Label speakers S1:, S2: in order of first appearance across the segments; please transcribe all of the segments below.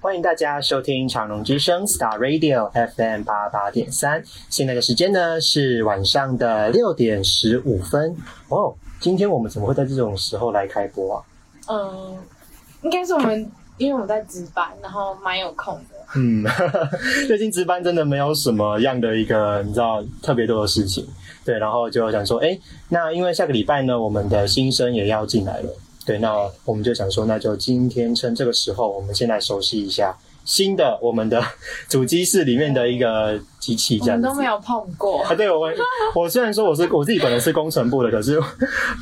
S1: 欢迎大家收听长隆之声 Star Radio FM 八八点三。现在的时间呢是晚上的六点十五分。哦，今天我们怎么会在这种时候来开播啊？
S2: 嗯，应该是我们，因为我们在值班，然后蛮有空的。
S1: 嗯， 最近值班真的没有什么样的一个你知道特别多的事情，对，然后就想说，哎、那因为下个礼拜呢，我们的新生也要进来了，对，那我们就想说，那就今天趁这个时候，我们先来熟悉一下新的我们的主机室里面的一个机器，
S2: 我
S1: 这样
S2: 们
S1: 子
S2: 都没有碰过
S1: 啊，， 对我们，我虽然说我是我自己本人是工程部的，可是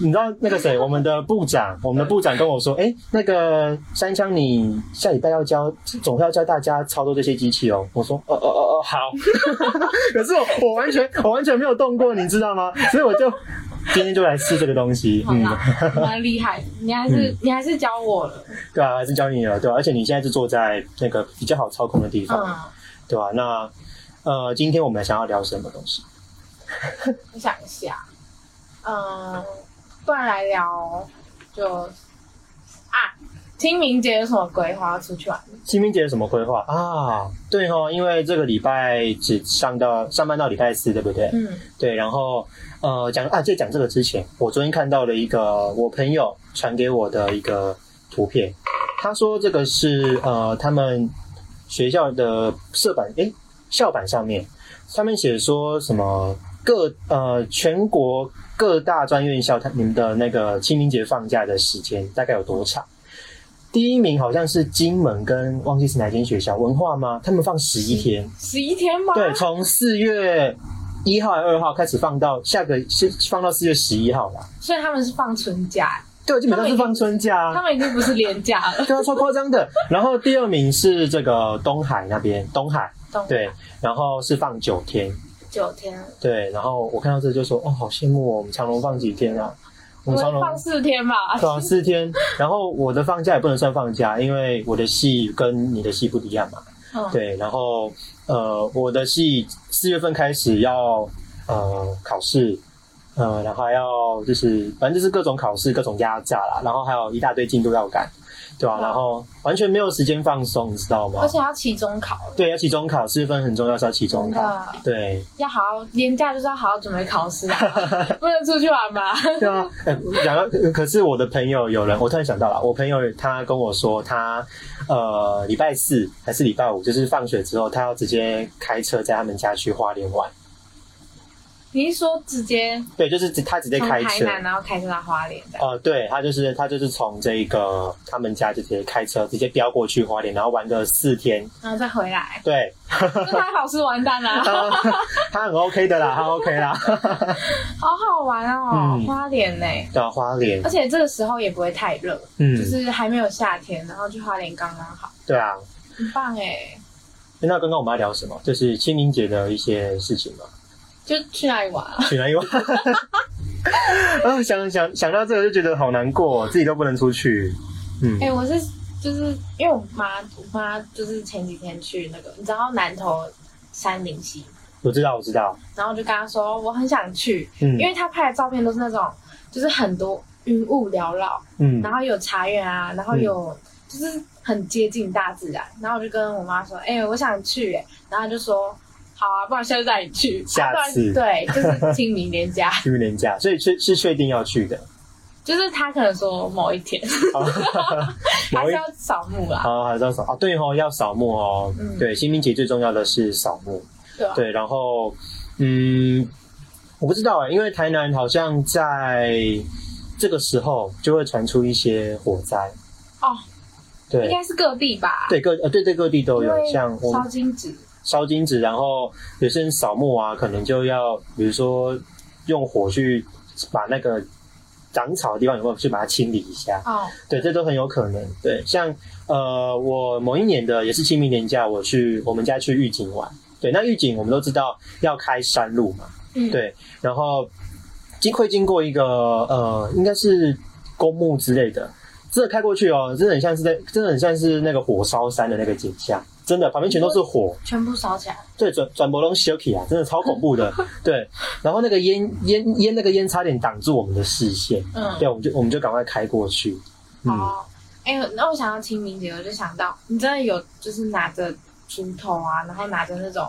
S1: 你知道那个谁，我们的部长，我们的部长跟我说，哎、那个山枪，你下礼拜要教，总是要教大家操作这些机器哦。我说，哦哦哦哦，好。 可是我我完全我完全没有动过，你知道吗？所以我就今天就来试这个东西，
S2: 好
S1: 嗯，
S2: 啦，蛮厉害。你还是、你还是教我了，
S1: 对啊，还是教你了，对、啊，而且你现在是坐在那个比较好操控的地方，
S2: 嗯，
S1: 对吧、那呃，今天我们想要聊什么东西？
S2: 我想一下，嗯，不然来聊就啊，清明节有什么规划要出去玩？
S1: 清明节有什么规划啊？对哦，因为这个礼拜只上到上班到礼拜四，对不对？
S2: 嗯，
S1: 对，然后呃，讲啊，在讲这个之前，我昨天看到了一个我朋友传给我的一个图片，他说这个是呃他们学校的社版诶校版上面，上面写说什么各呃全国各大专院校它你们的那个清明节放假的时间大概有多长？第一名好像是金门跟忘记是哪间学校文化吗？他们放十一天。
S2: 十一天吗？
S1: 对，从四月一号、二号开始放到下个是放到四月十一号吧。
S2: 所以他们是放春假，
S1: 对，基本上是放春假
S2: 他
S1: 啊。
S2: 们已经不是连假了。
S1: 对啊，超夸张的。然后第二名是这个东海那边，东海
S2: 懂
S1: 对，然后是放九天，
S2: 九天，
S1: 对。然后我看到这就说，哦，好羡慕哦，我们长隆放几天啊？我
S2: 我
S1: 们长
S2: 们
S1: 隆
S2: 放四天吧。
S1: 对啊，四天。然后我的放假也不能算放假，因为我的戏跟你的戏不一样嘛。
S2: 嗯，
S1: 对，然后呃，我的戏四月份开始要呃考试，呃，然后还要就是反正就是各种考试、各种压榨啦，然后还有一大堆进度要赶，对吧、啊
S2: 哇
S1: 然后完全没有时间放松，你知道吗
S2: 嗯而？且要期中考了，
S1: 对，要期中考，四月份很重要，是要期中
S2: 真
S1: 考。
S2: 的。
S1: 对，
S2: 要好好年假就是要好好准备考试啊，不能出去玩吧？
S1: 对啊，呃然后可可是我的朋友有人，我突然想到了，我朋友他跟我说他，呃，礼拜四还是礼拜五，就是放学之后，他要直接开车在他们家去花莲玩。
S2: 你是说直接
S1: 对，就是直他直接
S2: 从
S1: 开
S2: 台
S1: 车，
S2: 南然后开车到花莲的？
S1: 呃，对他就是他就是从这个他们家就直接开车直接飙过去花莲，然后玩个四天。？
S2: 然后再回来
S1: 对，
S2: 那他考试完蛋了，
S1: 他他很 OK 的啦，他 OK 啦。
S2: 好好玩哦，
S1: 嗯
S2: 花莲呢、
S1: 到花莲
S2: 而，且这个时候也不会太热，
S1: 嗯
S2: 呃就，是还没有夏天，然后去花莲刚刚好，
S1: 对啊。
S2: 很棒哎！
S1: 那刚刚我们要聊什么？就是清明节的一些事情嘛。
S2: 就去哪里玩啊？
S1: 许南 有啊，想想想到这个就觉得好难过，哦自己都不能出去。嗯
S2: 哎、，我是就是因为我妈，我妈就是前几天去那个，你知道南投山林溪，
S1: 我知道，我知道。
S2: 然后我就跟她说我很想去，
S1: 嗯
S2: 因为他拍的照片都是那种，就是很多云雾缭绕，
S1: 嗯
S2: 然后有茶园啊，然后有、就是很接近大自然。然后我就跟我妈说：“哎、我想去、欸。”然后她就说：“好啊，不然下次带你去。
S1: 下
S2: 啊不然
S1: 次，
S2: 对，就是清明年假
S1: 清明年假，所以确是确定要去的。
S2: 就是他可能说某一天，
S1: 好
S2: 还
S1: 某
S2: 是
S1: 一
S2: 要扫墓啦，
S1: 好，还是要扫啊？对哦，要扫墓哦。
S2: 嗯
S1: 对，清明节最重要的是扫墓。
S2: 对吧、啊
S1: 对，然后嗯，我不知道哎、因为台南好像在这个时候就会传出一些火灾。
S2: 哦，应
S1: 对
S2: 该是各地吧，
S1: 对各呃对对各地都
S2: 因
S1: 有，
S2: 为
S1: 像我
S2: 烧
S1: 们
S2: 金纸，
S1: 烧金纸，然后有些人扫墓啊，可能就要比如说用火去把那个长草的地方有没有去把它清理一下。
S2: 哦，
S1: 对，这都很有可能。对，像呃，我某一年的也是清明年假，我去我们家去玉井玩。对，那玉井我们都知道要开山路嘛，
S2: 嗯，
S1: 对，然后经会经过一个呃，应该是公墓之类的，真的开过去哦，真的很像是在，真的很像是那个火烧山的那个景象，真的旁边全都是火，
S2: 全部烧起来，
S1: 对，转转博龙 s h o k i 啊，真的超恐怖的。对，然后那个烟烟烟那个烟差点挡住我们的视线，
S2: 嗯，
S1: 对，我们就我们就赶快开过去，嗯。
S2: 哦，哎、哎、那我想到清明节，我就想到你真的有就是拿着锄头啊，然后拿着那种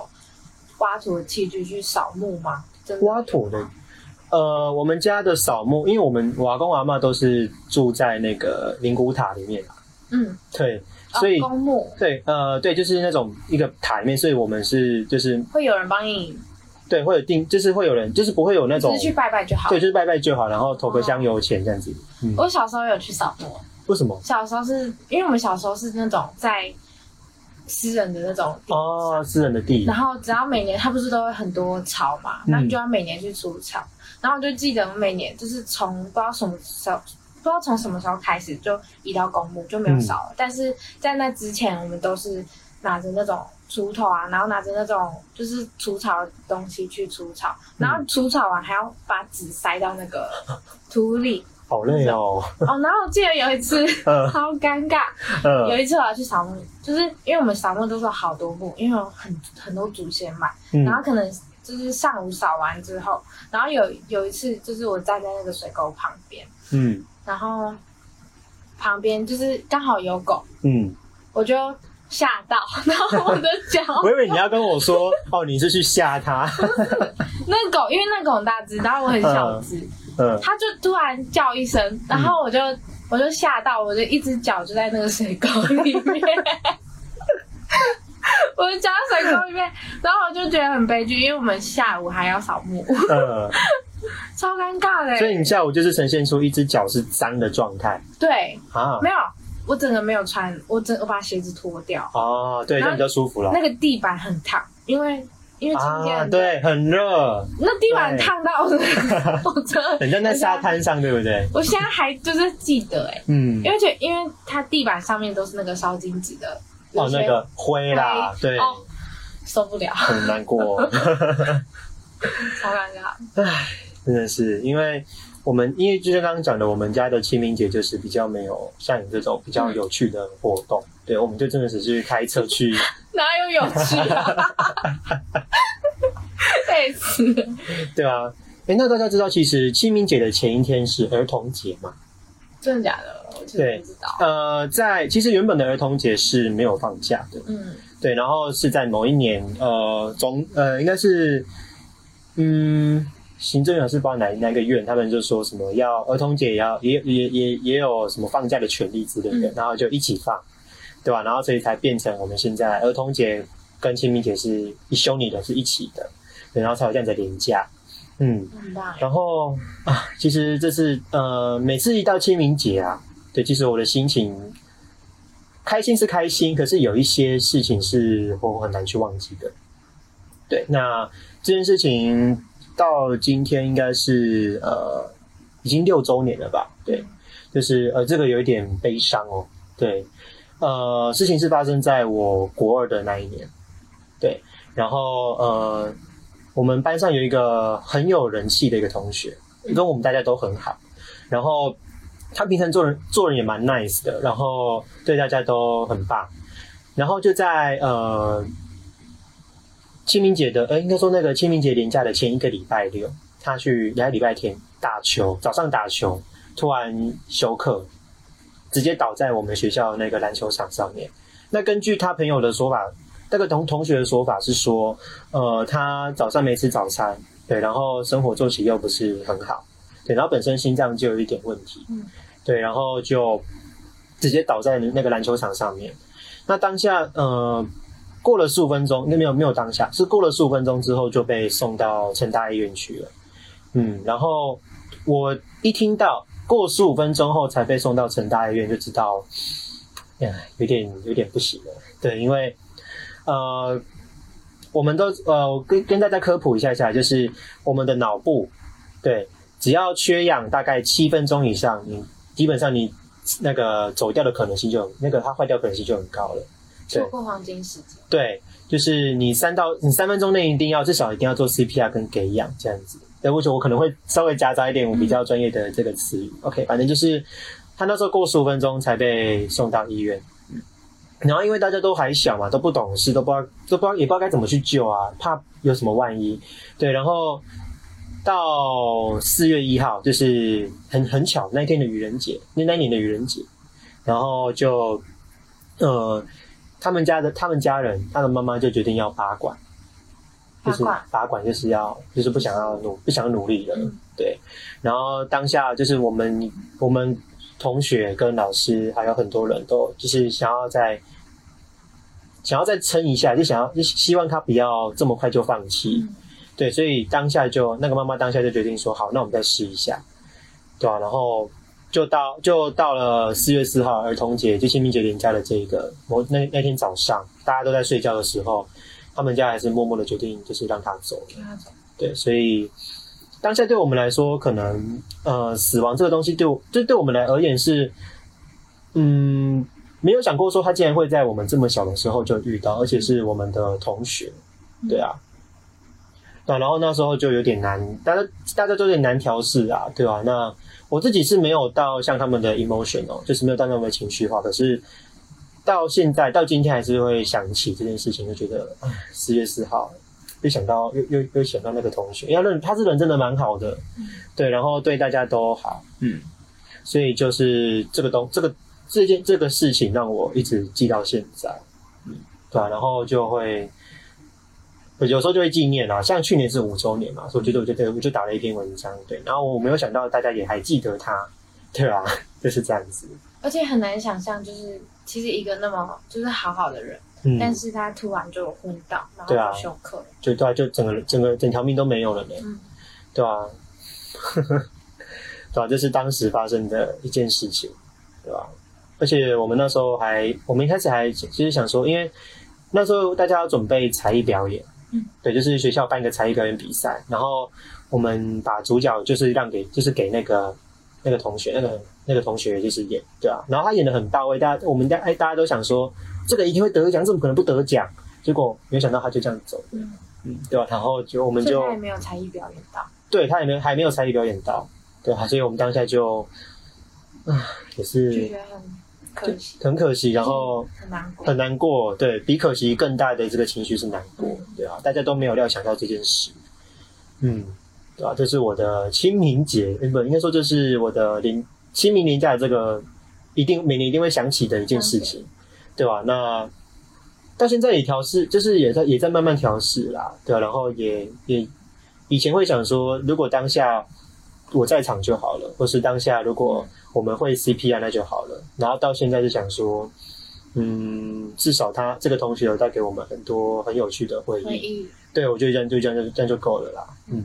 S2: 挖土的器具去扫墓吗？真的
S1: 挖土的，呃，我们家的扫墓，因为我们我阿公阿妈都是住在那个灵骨塔里面嘛，
S2: 嗯，
S1: 对，所以、
S2: 哦、公墓
S1: 对，呃，对，就是那种一个塔里面，所以我们是就是
S2: 会有人帮你，
S1: 对，会有定，就是会有人，就是不会有那
S2: 只
S1: 种
S2: 是去拜拜就好。
S1: 对，就是拜拜就好，然后投个香油钱这样子。嗯，
S2: 我小时候有去扫墓，
S1: 为什么？
S2: 小时候是因为我们小时候是那种在私人的那种地
S1: 哦，私人的地
S2: 然，后只要每年它不是都会很多草嘛，
S1: 嗯
S2: 那你就要每年去除草。然后我就记得我每年就是从不知道什么时候，不知道从什么时候开始就移到公墓就没有扫了。但是在那之前，我们都是拿着那种锄头啊，然后拿着那种就是除草的东西去除草，然后除草完还要把纸塞到那个土里。
S1: 好累哦。
S2: 哦，然后我记得有一次
S1: 呃
S2: 超尴尬，有
S1: 呃，
S2: 一次我要去扫墓，就是因为我们扫墓都是有好多墓，因为有很很多祖先嘛，然
S1: 嗯
S2: 后可能就是上午扫完之后，然后有有一次就是我站在那个水沟旁边，
S1: 嗯
S2: 然后旁边就是刚好有狗，
S1: 嗯，
S2: 我就吓到，然后我的脚，
S1: 我以为你要跟我说，哦，你是去吓他，
S2: 那狗因为那狗很大只，然后我很小只，
S1: 嗯，
S2: 它就突然叫一声，然后我就我就吓到，我就一只脚就在那个水沟里面，我就脚在水沟里面，然后我就觉得很悲剧，因为我们下午还要扫墓，
S1: 呃，
S2: 超尴尬的欸。
S1: 所以你下午就是呈现出一只脚是脏的状态
S2: 对，
S1: 啊。
S2: 没有，我整个没有穿，我整我把鞋子脱掉，
S1: 哦，对，这样比较舒服了
S2: 那。个地板很烫，因为因为今天、
S1: 啊，对，很热，
S2: 那地板烫 到我真的，我真的
S1: 很像在沙，滩上，对不对？
S2: 我现在还就是记得哎、
S1: 嗯，
S2: 因为觉因为它地板上面都是那个烧金纸的，
S1: 哦，
S2: 所以
S1: 那个灰啦，
S2: 灰
S1: 对，
S2: 哦受不了，
S1: 很难 过。
S2: 超尴尬。
S1: 真的是，因为我们因为就像刚刚讲的，我们家的清明节就是比较没有像你这种比较有趣的活动，对，我们就真的只是开车 去，
S2: 哪有有趣啊？ 累死了！
S1: 对啊。哎，那大家知道，其实清明节的前一天是儿童节嘛？
S2: 真的假的？我其实
S1: 对
S2: 不知道。
S1: 呃，在其实原本的儿童节是没有放假的，
S2: 嗯，
S1: 对，然后是在某一年，呃，总呃应该是，嗯，行政院还是不知道哪哪一个院，他们就说什么要儿童节也要也也也也有什么放假的权利之类的，
S2: 嗯
S1: 然后就一起放，对吧？然后所以才变成我们现在儿童节跟清明节是一休你的是一起的，对，然后才有这样子的连假，嗯。
S2: 很欸棒。
S1: 然后啊，其实这次呃，每次一到清明节啊，对，其实我的心情开心是开心，可是有一些事情是我很难去忘记的。对，那这件事情到今天应该是呃，已经六周年了吧？对，就是呃，这个有一点悲伤哦。对，呃，事情是发生在我国二的那一年。对，然后呃，我们班上有一个很有人气的一个同学，跟我们大家都很好，然后他平常做人做人也蛮 nice 的，然后对大家都很棒，然后就在呃清明节的，呃，应该说那个清明节连假的前一个礼拜六，他去来礼拜天打球，早上打球，突然休克，直接倒在我们学校那个篮球场上面。那根据他朋友的说法，那个同同学的说法是说，呃，他早上没吃早餐，对，然后生活作息又不是很好，对，然后本身心脏就有一点问题，
S2: 嗯，
S1: 对，然后就直接倒在那个篮球场上面。那当下，呃，过了十五分钟，那没有没有当下，是过了十五分钟之后就被送到成大医院去了。嗯，然后我一听到过十五分钟后才被送到成大医院，就知道，哎，有点有点不行了。对，因为呃，我们都呃，我跟跟大家科普一下下，就是我们的脑部，对，只要缺氧大概七分钟以上，你基本上你那个走掉的可能性就很那个它坏掉可能性就很高了。对
S2: 错过黄金时间。
S1: 对，就是你三到你三分钟内一定要至少一定要做 CPR 跟给氧这样子。对，或者我可能会稍微夹杂一点我比较专业的这个词语。OK，反正就是他那时候过十五分钟才被送到医院。然后因为大家都还小嘛，都不懂事，都不知道都不知道也不知道该怎么去救啊，怕有什么万一。对，然后到四月一号，就是很很巧那一天的愚人节，那那一年的愚人节。然后就呃，他们家的他们家人，他的妈妈就决定要拔管，就
S2: 八
S1: 是
S2: 卦，
S1: 拔管就是要就是不想要努不想努力了，
S2: 嗯
S1: 对。然后当下就是我们我们同学跟老师还有很多人都就是想要再想要再撑一下，就想要就希望他不要这么快就放弃，
S2: 嗯
S1: 对。所以当下就那个妈妈当下就决定说好，那我们再试一下，对啊，然后就到就到了四月四号儿童节，就清明节连假的这个，我那那天早上大家都在睡觉的时候，他们家还是默默的决定就是让他走了。
S2: 跟他走，
S1: 对，所以当下对我们来说，可能呃，死亡这个东西对我，就对我们来而言是，嗯，没有想过说他竟然会在我们这么小的时候就遇到，而且是我们的同学，对啊。那然后那时候就有点难，大家大家都有点难调试啊，对吧、那我自己是没有到像他们的 emotion 哦，就是没有到那么情绪化，可是到现在到今天还是会想起这件事情，就觉得啊四月四号又想到又又又想到那个同学，因为他人他是人真的蛮好的，
S2: 嗯
S1: 对，然后对大家都好，
S3: 嗯，
S1: 所以就是这个东这个这件这个事情让我一直记到现在，
S3: 嗯
S1: 对、啊，然后就会有时候就会纪念啊，像去年是五周年嘛，所以我觉得我就对我就打了一篇文章，对，然后我没有想到大家也还记得他，对啊，就是这样子，
S2: 而且很难想象，就是其实一个那么就是好好的人，
S1: 嗯，
S2: 但是他突然就昏倒，然后
S1: 对啊
S2: 就休克了，
S1: 就对啊，就整个整个整条命都没有了呢，
S2: 嗯，
S1: 对啊， 对啊，这是当时发生的一件事情，对吧、而且我们那时候还，我们一开始还其实想说，因为那时候大家要准备才艺表演，
S2: 嗯，
S1: 对，就是学校办一个才艺表演比赛，然后我们把主角就是让给就是给那个那个同学，那个那个同学就是演，对啊，然后他演的很到位，大家我们大哎大家都想说这个一定会得奖，怎么可能不得奖？结果没想到他就这样走了，
S2: 嗯
S1: 嗯，对吧、然后就我们
S2: 所以
S1: 就
S2: 他也没有才艺表演到，
S1: 对他也没有还没有才艺表演到，对啊，所以我们当下就，啊，也
S2: 就是觉得很可惜，
S1: 很可惜，然后
S2: 很难过，
S1: 很难过，对比可惜更大的这个情绪是难过，对啊，大家都没有料想到这件事，嗯，对啊，这是我的清明节，呃不应该说这是我的年清明年假的这个一定每年一定会想起的一件事情，对吧、那到现在也调试，就是也在也在慢慢调试啦，对啊、然后也也以前会想说，如果当下我在场就好了，或是当下如果我们会 CPR 那就好了，然后到现在就想说，嗯，至少他这个同学有带给我们很多很有趣的回
S2: 回
S1: 忆，
S2: 忆
S1: 对我觉得这样就这样就这样就够了啦，嗯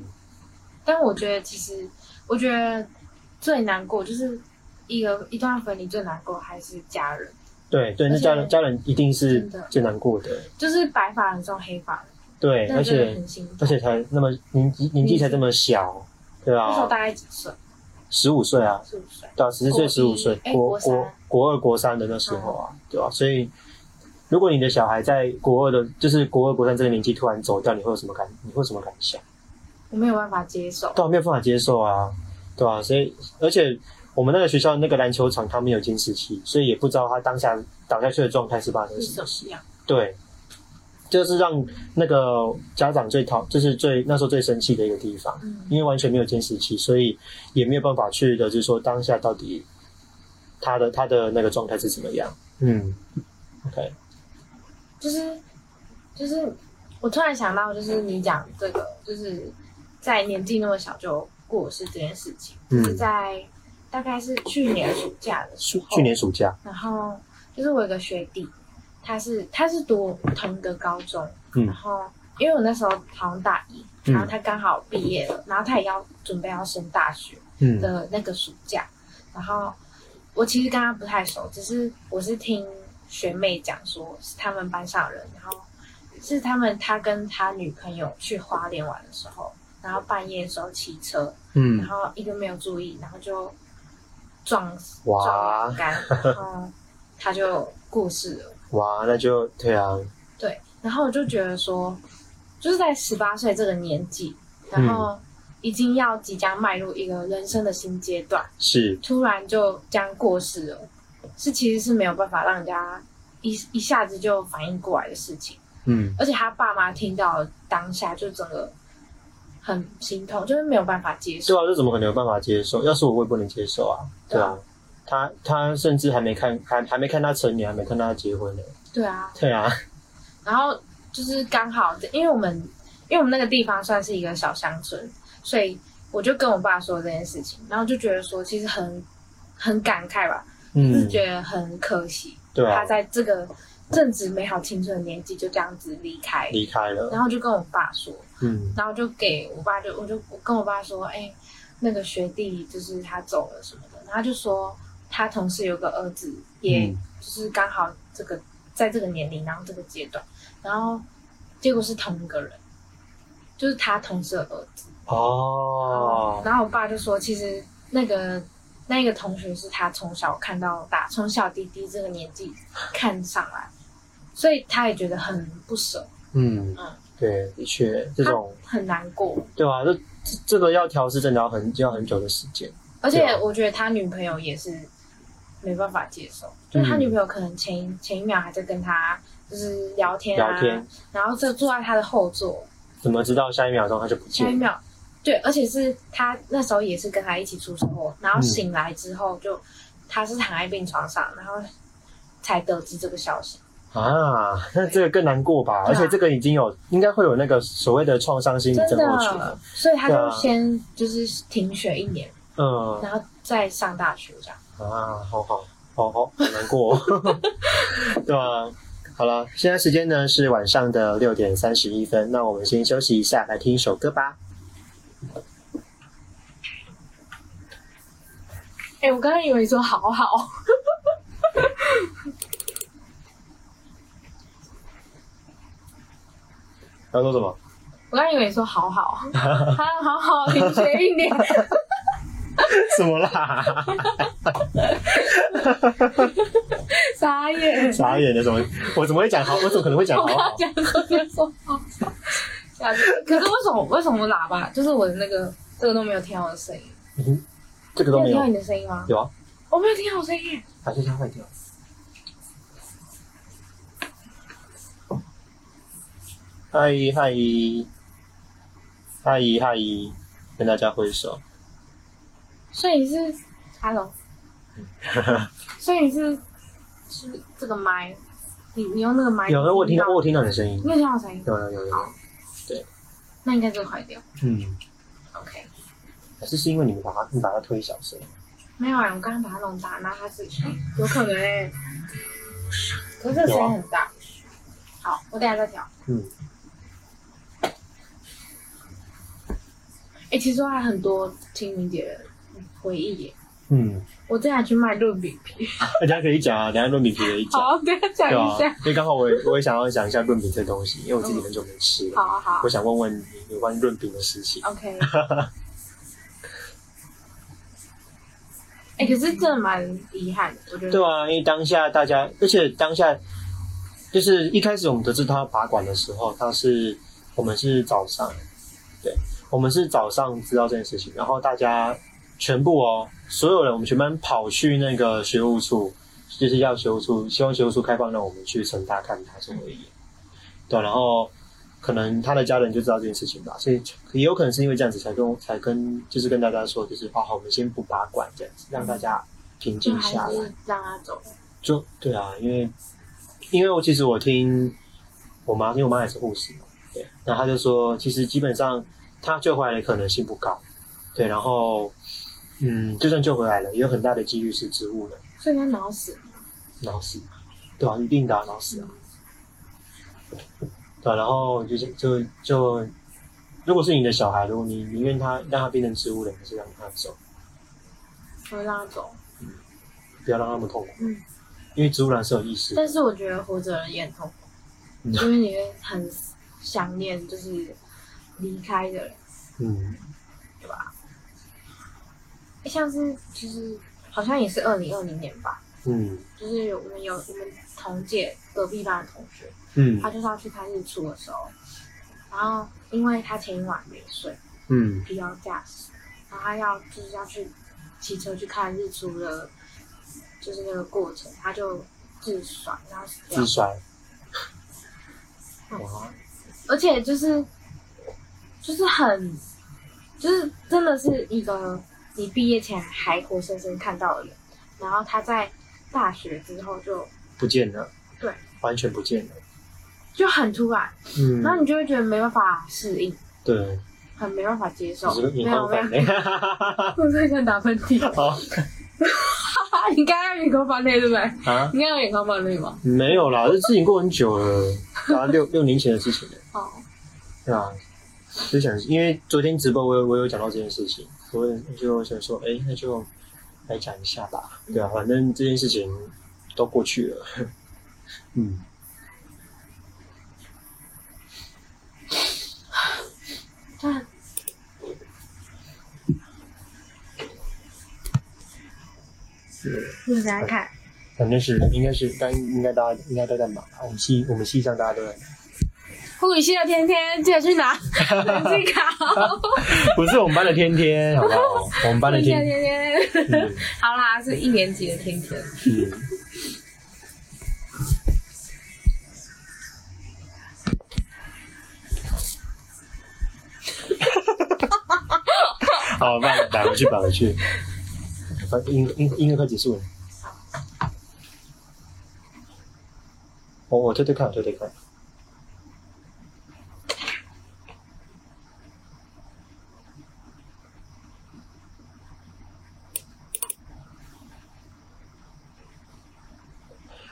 S2: 但我觉得其实，我觉得最难过就是一个一段分离最难过还是家人，
S1: 对对，那
S2: 而且
S1: 家人家人一定是
S2: 真的
S1: 最难过的，
S2: 就是白发人送黑发人，
S1: 对，
S2: 那
S1: 而
S2: 真的
S1: 且
S2: 很心痛。
S1: 而且才那么年纪年纪才这么小，对
S2: 那时候
S1: 啊，
S2: 大概几岁？
S1: 十五岁啊，
S2: 四五岁。
S1: 对啊，十四岁、十
S2: 国
S1: 五
S2: 一
S1: 岁，
S2: 哎
S1: 国
S2: 国三嗯
S1: 国国二、国三的那时候啊，对吧、所以，如果你的小孩在国二的，就是国二、国三这个年纪突然走掉，你会有什么感？你会有什么感想？
S2: 我没有办法接受，
S1: 对啊，没有办法接受啊，对吧、所以，而且我们那个学校那个篮球场，他们有监视器，所以也不知道他当下倒下去的状态是发生
S2: 是
S1: 什
S2: 什
S1: 么。
S2: 么样？
S1: 对，就是让那个家长最讨，就是最那时候最生气的一个地方。
S2: 嗯，
S1: 因为完全没有监视器，所以也没有办法去的，就是说当下到底他的他的那个状态是怎么样。嗯，OK，
S2: 就是就是，我突然想到，就是你讲这个，就是在年纪那么小就过世这件事情，
S1: 嗯
S2: 是在大概是去年暑假的
S1: 去
S2: 时候，
S1: 去年暑假，
S2: 然后就是我有个学弟，他是他是读同一个高中，
S1: 嗯
S2: 然后因为我那时候好像大一，
S1: 嗯
S2: 然后他刚好毕业了，然后他也要准备要升大学
S1: 嗯
S2: 的那个暑假，然后我其实跟他不太熟，只是我是听学妹讲说是他们班上人，然后是他们他跟他女朋友去花莲玩的时候，然后半夜的时候骑车，然
S1: 嗯，
S2: 后一个没有注意，然后就撞死
S1: 哇
S2: 撞栏杆，然后他就过世了。
S1: 哇，那就对啊，
S2: 对，然后我就觉得说，就是在十八岁这个年纪，
S1: 嗯
S2: 然后已经要即将迈入一个人生的新阶段，
S1: 是，
S2: 突然就这样过世了，是其实是没有办法让人家一一下子就反应过来的事情。
S1: 嗯
S2: 而且他爸妈听到当下就整个很心痛，就是没有办法接受
S1: 对。啊，这怎么可能有办法接受？要是我，我也不能接受啊，对啊，他他甚至还没看，还还没看他成年，还没看他结婚呢。
S2: 对啊，
S1: 对啊，
S2: 然后就是刚好，因为我们因为我们那个地方算是一个小乡村，所以我就跟我爸说这件事情，然后就觉得说其实很很感慨吧，就是
S1: 嗯，
S2: 觉得很可惜，
S1: 对啊
S2: 他，在这个正值美好青春的年纪就这样子离开，
S1: 离开了，
S2: 然后就跟我爸说，
S1: 嗯
S2: 然后就给我爸就我就我跟我爸说，哎、那个学弟就是他走了什么的，然后他就说他同事有个儿子，也
S1: 嗯
S2: 就是刚好这个在这个年龄，然后这个阶段，然后结果是同一个人，就是他同事的儿子。
S1: 哦，
S2: 然后我爸就说，其实那个那个同学是他从小看到大，从小弟弟这个年纪看上来，所以他也觉得很不舍，
S1: 嗯
S2: 嗯，
S1: 对，的确这种
S2: 很难过。
S1: 对啊，这这这个要调试真的要很要很久的时间，
S2: 而
S1: 对
S2: 且
S1: 啊
S2: 我觉得他女朋友也是没办法接受，就是他
S1: 嗯
S2: 女朋友可能前一前一秒还在跟他就是聊天啊，
S1: 聊天
S2: 然后就坐在他的后座，
S1: 怎么知道下一秒钟他就不
S2: 下一
S1: 见了？
S2: 秒，对，而且是他那时候也是跟他一起出车祸，然后
S1: 嗯
S2: 醒来之后就、他是躺在病床上，然后才得知这个消息。
S1: 啊，那这个更难过吧？
S2: 对
S1: 而
S2: 啊
S1: 且这个已经有应该会有那个所谓的创伤心理
S2: 真
S1: 症候群
S2: 的啊
S1: 了，，
S2: 所以他就
S1: 对啊
S2: 先就是停学一年，
S1: 嗯
S2: 然后再上大学这样。
S1: 啊，好好好好，好难过、 哦，对啊。好了，现在时间呢是晚上的六点三十一分，那我们先休息一下，来听一首歌吧。
S2: 哎、我刚刚以为你说好好，
S1: 要说什么？
S2: 我刚刚以为你说好好，他好好停学一年。
S1: 什么 啦？
S2: 傻眼！
S1: 傻眼了，怎么？我怎么会讲好？我怎么可能会讲
S2: 我
S1: 好
S2: 刚
S1: 好
S2: 刚？讲说别说话，傻眼可是为什么为什么喇叭就是我的那个这个都没有听到我的声音？
S1: 嗯这个
S2: 你
S1: 都
S2: 有
S1: 没
S2: 听
S1: 有
S2: 到，你的声音吗？
S1: 有啊，
S2: 我没有听到我声音耶，
S1: 把这枪坏掉。嗨嗨嗨嗨，跟大家挥手。
S2: 所以你是 Hello，所以你是是这个麦，你你用那个麦，
S1: 有，我有听到，我有
S2: 我，
S1: 听到你的声音
S2: 你。有听到我声音？
S1: 有有有有，
S2: 那应该就坏掉。
S1: 嗯，
S2: OK，
S1: 还是是因为你们把它，你把它推小声。
S2: 没有啊，我刚刚把它弄大，然后它自己，有可能哎，可是这个声音很大。好，我等一下再调。
S1: 嗯，
S2: 哎、其实我还很多清明节的回忆耶。
S1: 嗯，
S2: 我正想去卖润饼皮，
S1: 大家可以讲啊，等一下论饼皮可以讲。
S2: 好，等一下讲
S1: 对
S2: 一
S1: 啊
S2: 下。，
S1: 因为刚好我也我也想要讲一下润饼这东西，因为我自己很久没吃了，
S2: 好啊好
S1: 我想问问你有关润饼的事情。
S2: ，OK。哎、可是真的蛮遗憾的，我觉得。
S1: 对啊，因为当下大家，而且当下就是一开始我们得知他拔管的时候，他是我们是早上，对，我们是早上知道这件事情，然后大家全部哦，所有人我们全班跑去那个学务处，就是要学务处，希望学务处开放让我们去成大看他做而已。对啊，然后可能他的家人就知道这件事情吧，所以也有可能是因为这样子才跟我才跟就是跟大家说，就是哦好，我们先不拔管这样子，让大家平
S2: 就
S1: 静
S2: 还
S1: 下来。
S2: 是让他走。
S1: 就对啊，因为因为我其实我听我妈，因为我妈也是护士嘛，对，然后她就说，其实基本上她救回来的可能性不高，对，然后嗯，就算救回来了，也有很大的几率是植物人
S2: 所以他脑死了。
S1: 脑死，对啊，一定打脑死啊，对啊，然后就是就就如果是你的小孩，如果你宁愿他让他变成植物人，还是让他走，
S2: 我会让他走。
S1: 不要让他们痛苦，
S2: 嗯，
S1: 因为植物人是有意识的，
S2: 但是我觉得活着人也很痛苦，
S1: 嗯
S2: 因为你会很想念就是离开的人，
S1: 嗯，
S2: 对吧？诶像是就是好像也是二零二零年吧，
S1: 嗯
S2: 就是有我们有我们同届隔壁班的同学，
S1: 嗯
S2: 他就是要去看日出的时候，然后因为他前一晚没睡，
S1: 嗯
S2: 疲劳驾驶，然后他要就是要去骑车去看日出的，就是那个过程，他就自爽，然后死掉
S1: 自摔。
S2: 嗯
S1: 哇，
S2: 而且就是就是很就是真的是一个你毕业前还活生生看到的人，然后他在大学之后就
S1: 不见了，
S2: 对，
S1: 完全不见了。
S2: 就很突然，
S1: 嗯，
S2: 然后你就会觉得没办法适应，
S1: 对，
S2: 很没办法接受
S1: 只。是
S2: 没
S1: 引
S2: 有
S1: 号
S2: 没有
S1: 反，嘞。
S2: 我最想打喷嚏。
S1: 好
S2: 你刚刚有眼眶泛泪对不对？
S1: 啊，
S2: 你刚刚有眼眶泛泪吗？
S1: 没有啦，这事情过很久了，大概 六六年前的事情了，
S2: 哦，
S1: 对啊。就想，因为昨天直播我有我有讲到这件事情，所以就想说，哎、那就来讲一下吧。对啊，反正这件事情都过去了。嗯，
S2: 但
S1: 是，
S2: 你想想看，
S1: 反正是应该是，但应该大家应该都在忙。啊我们系我们系上大家都在忙，
S2: 护理系的啊天天记得 去拿人气卡哦，
S1: 不是我们班的天天，好不好？我们班
S2: 护
S1: 的
S2: 理系的
S1: 天天，
S2: 啊天天。
S1: 嗯
S2: 好啦，是一年级的天天。
S1: 嗯。好，那打回去，打回去。反正音音音乐快结束了。我我推推看，我推推看。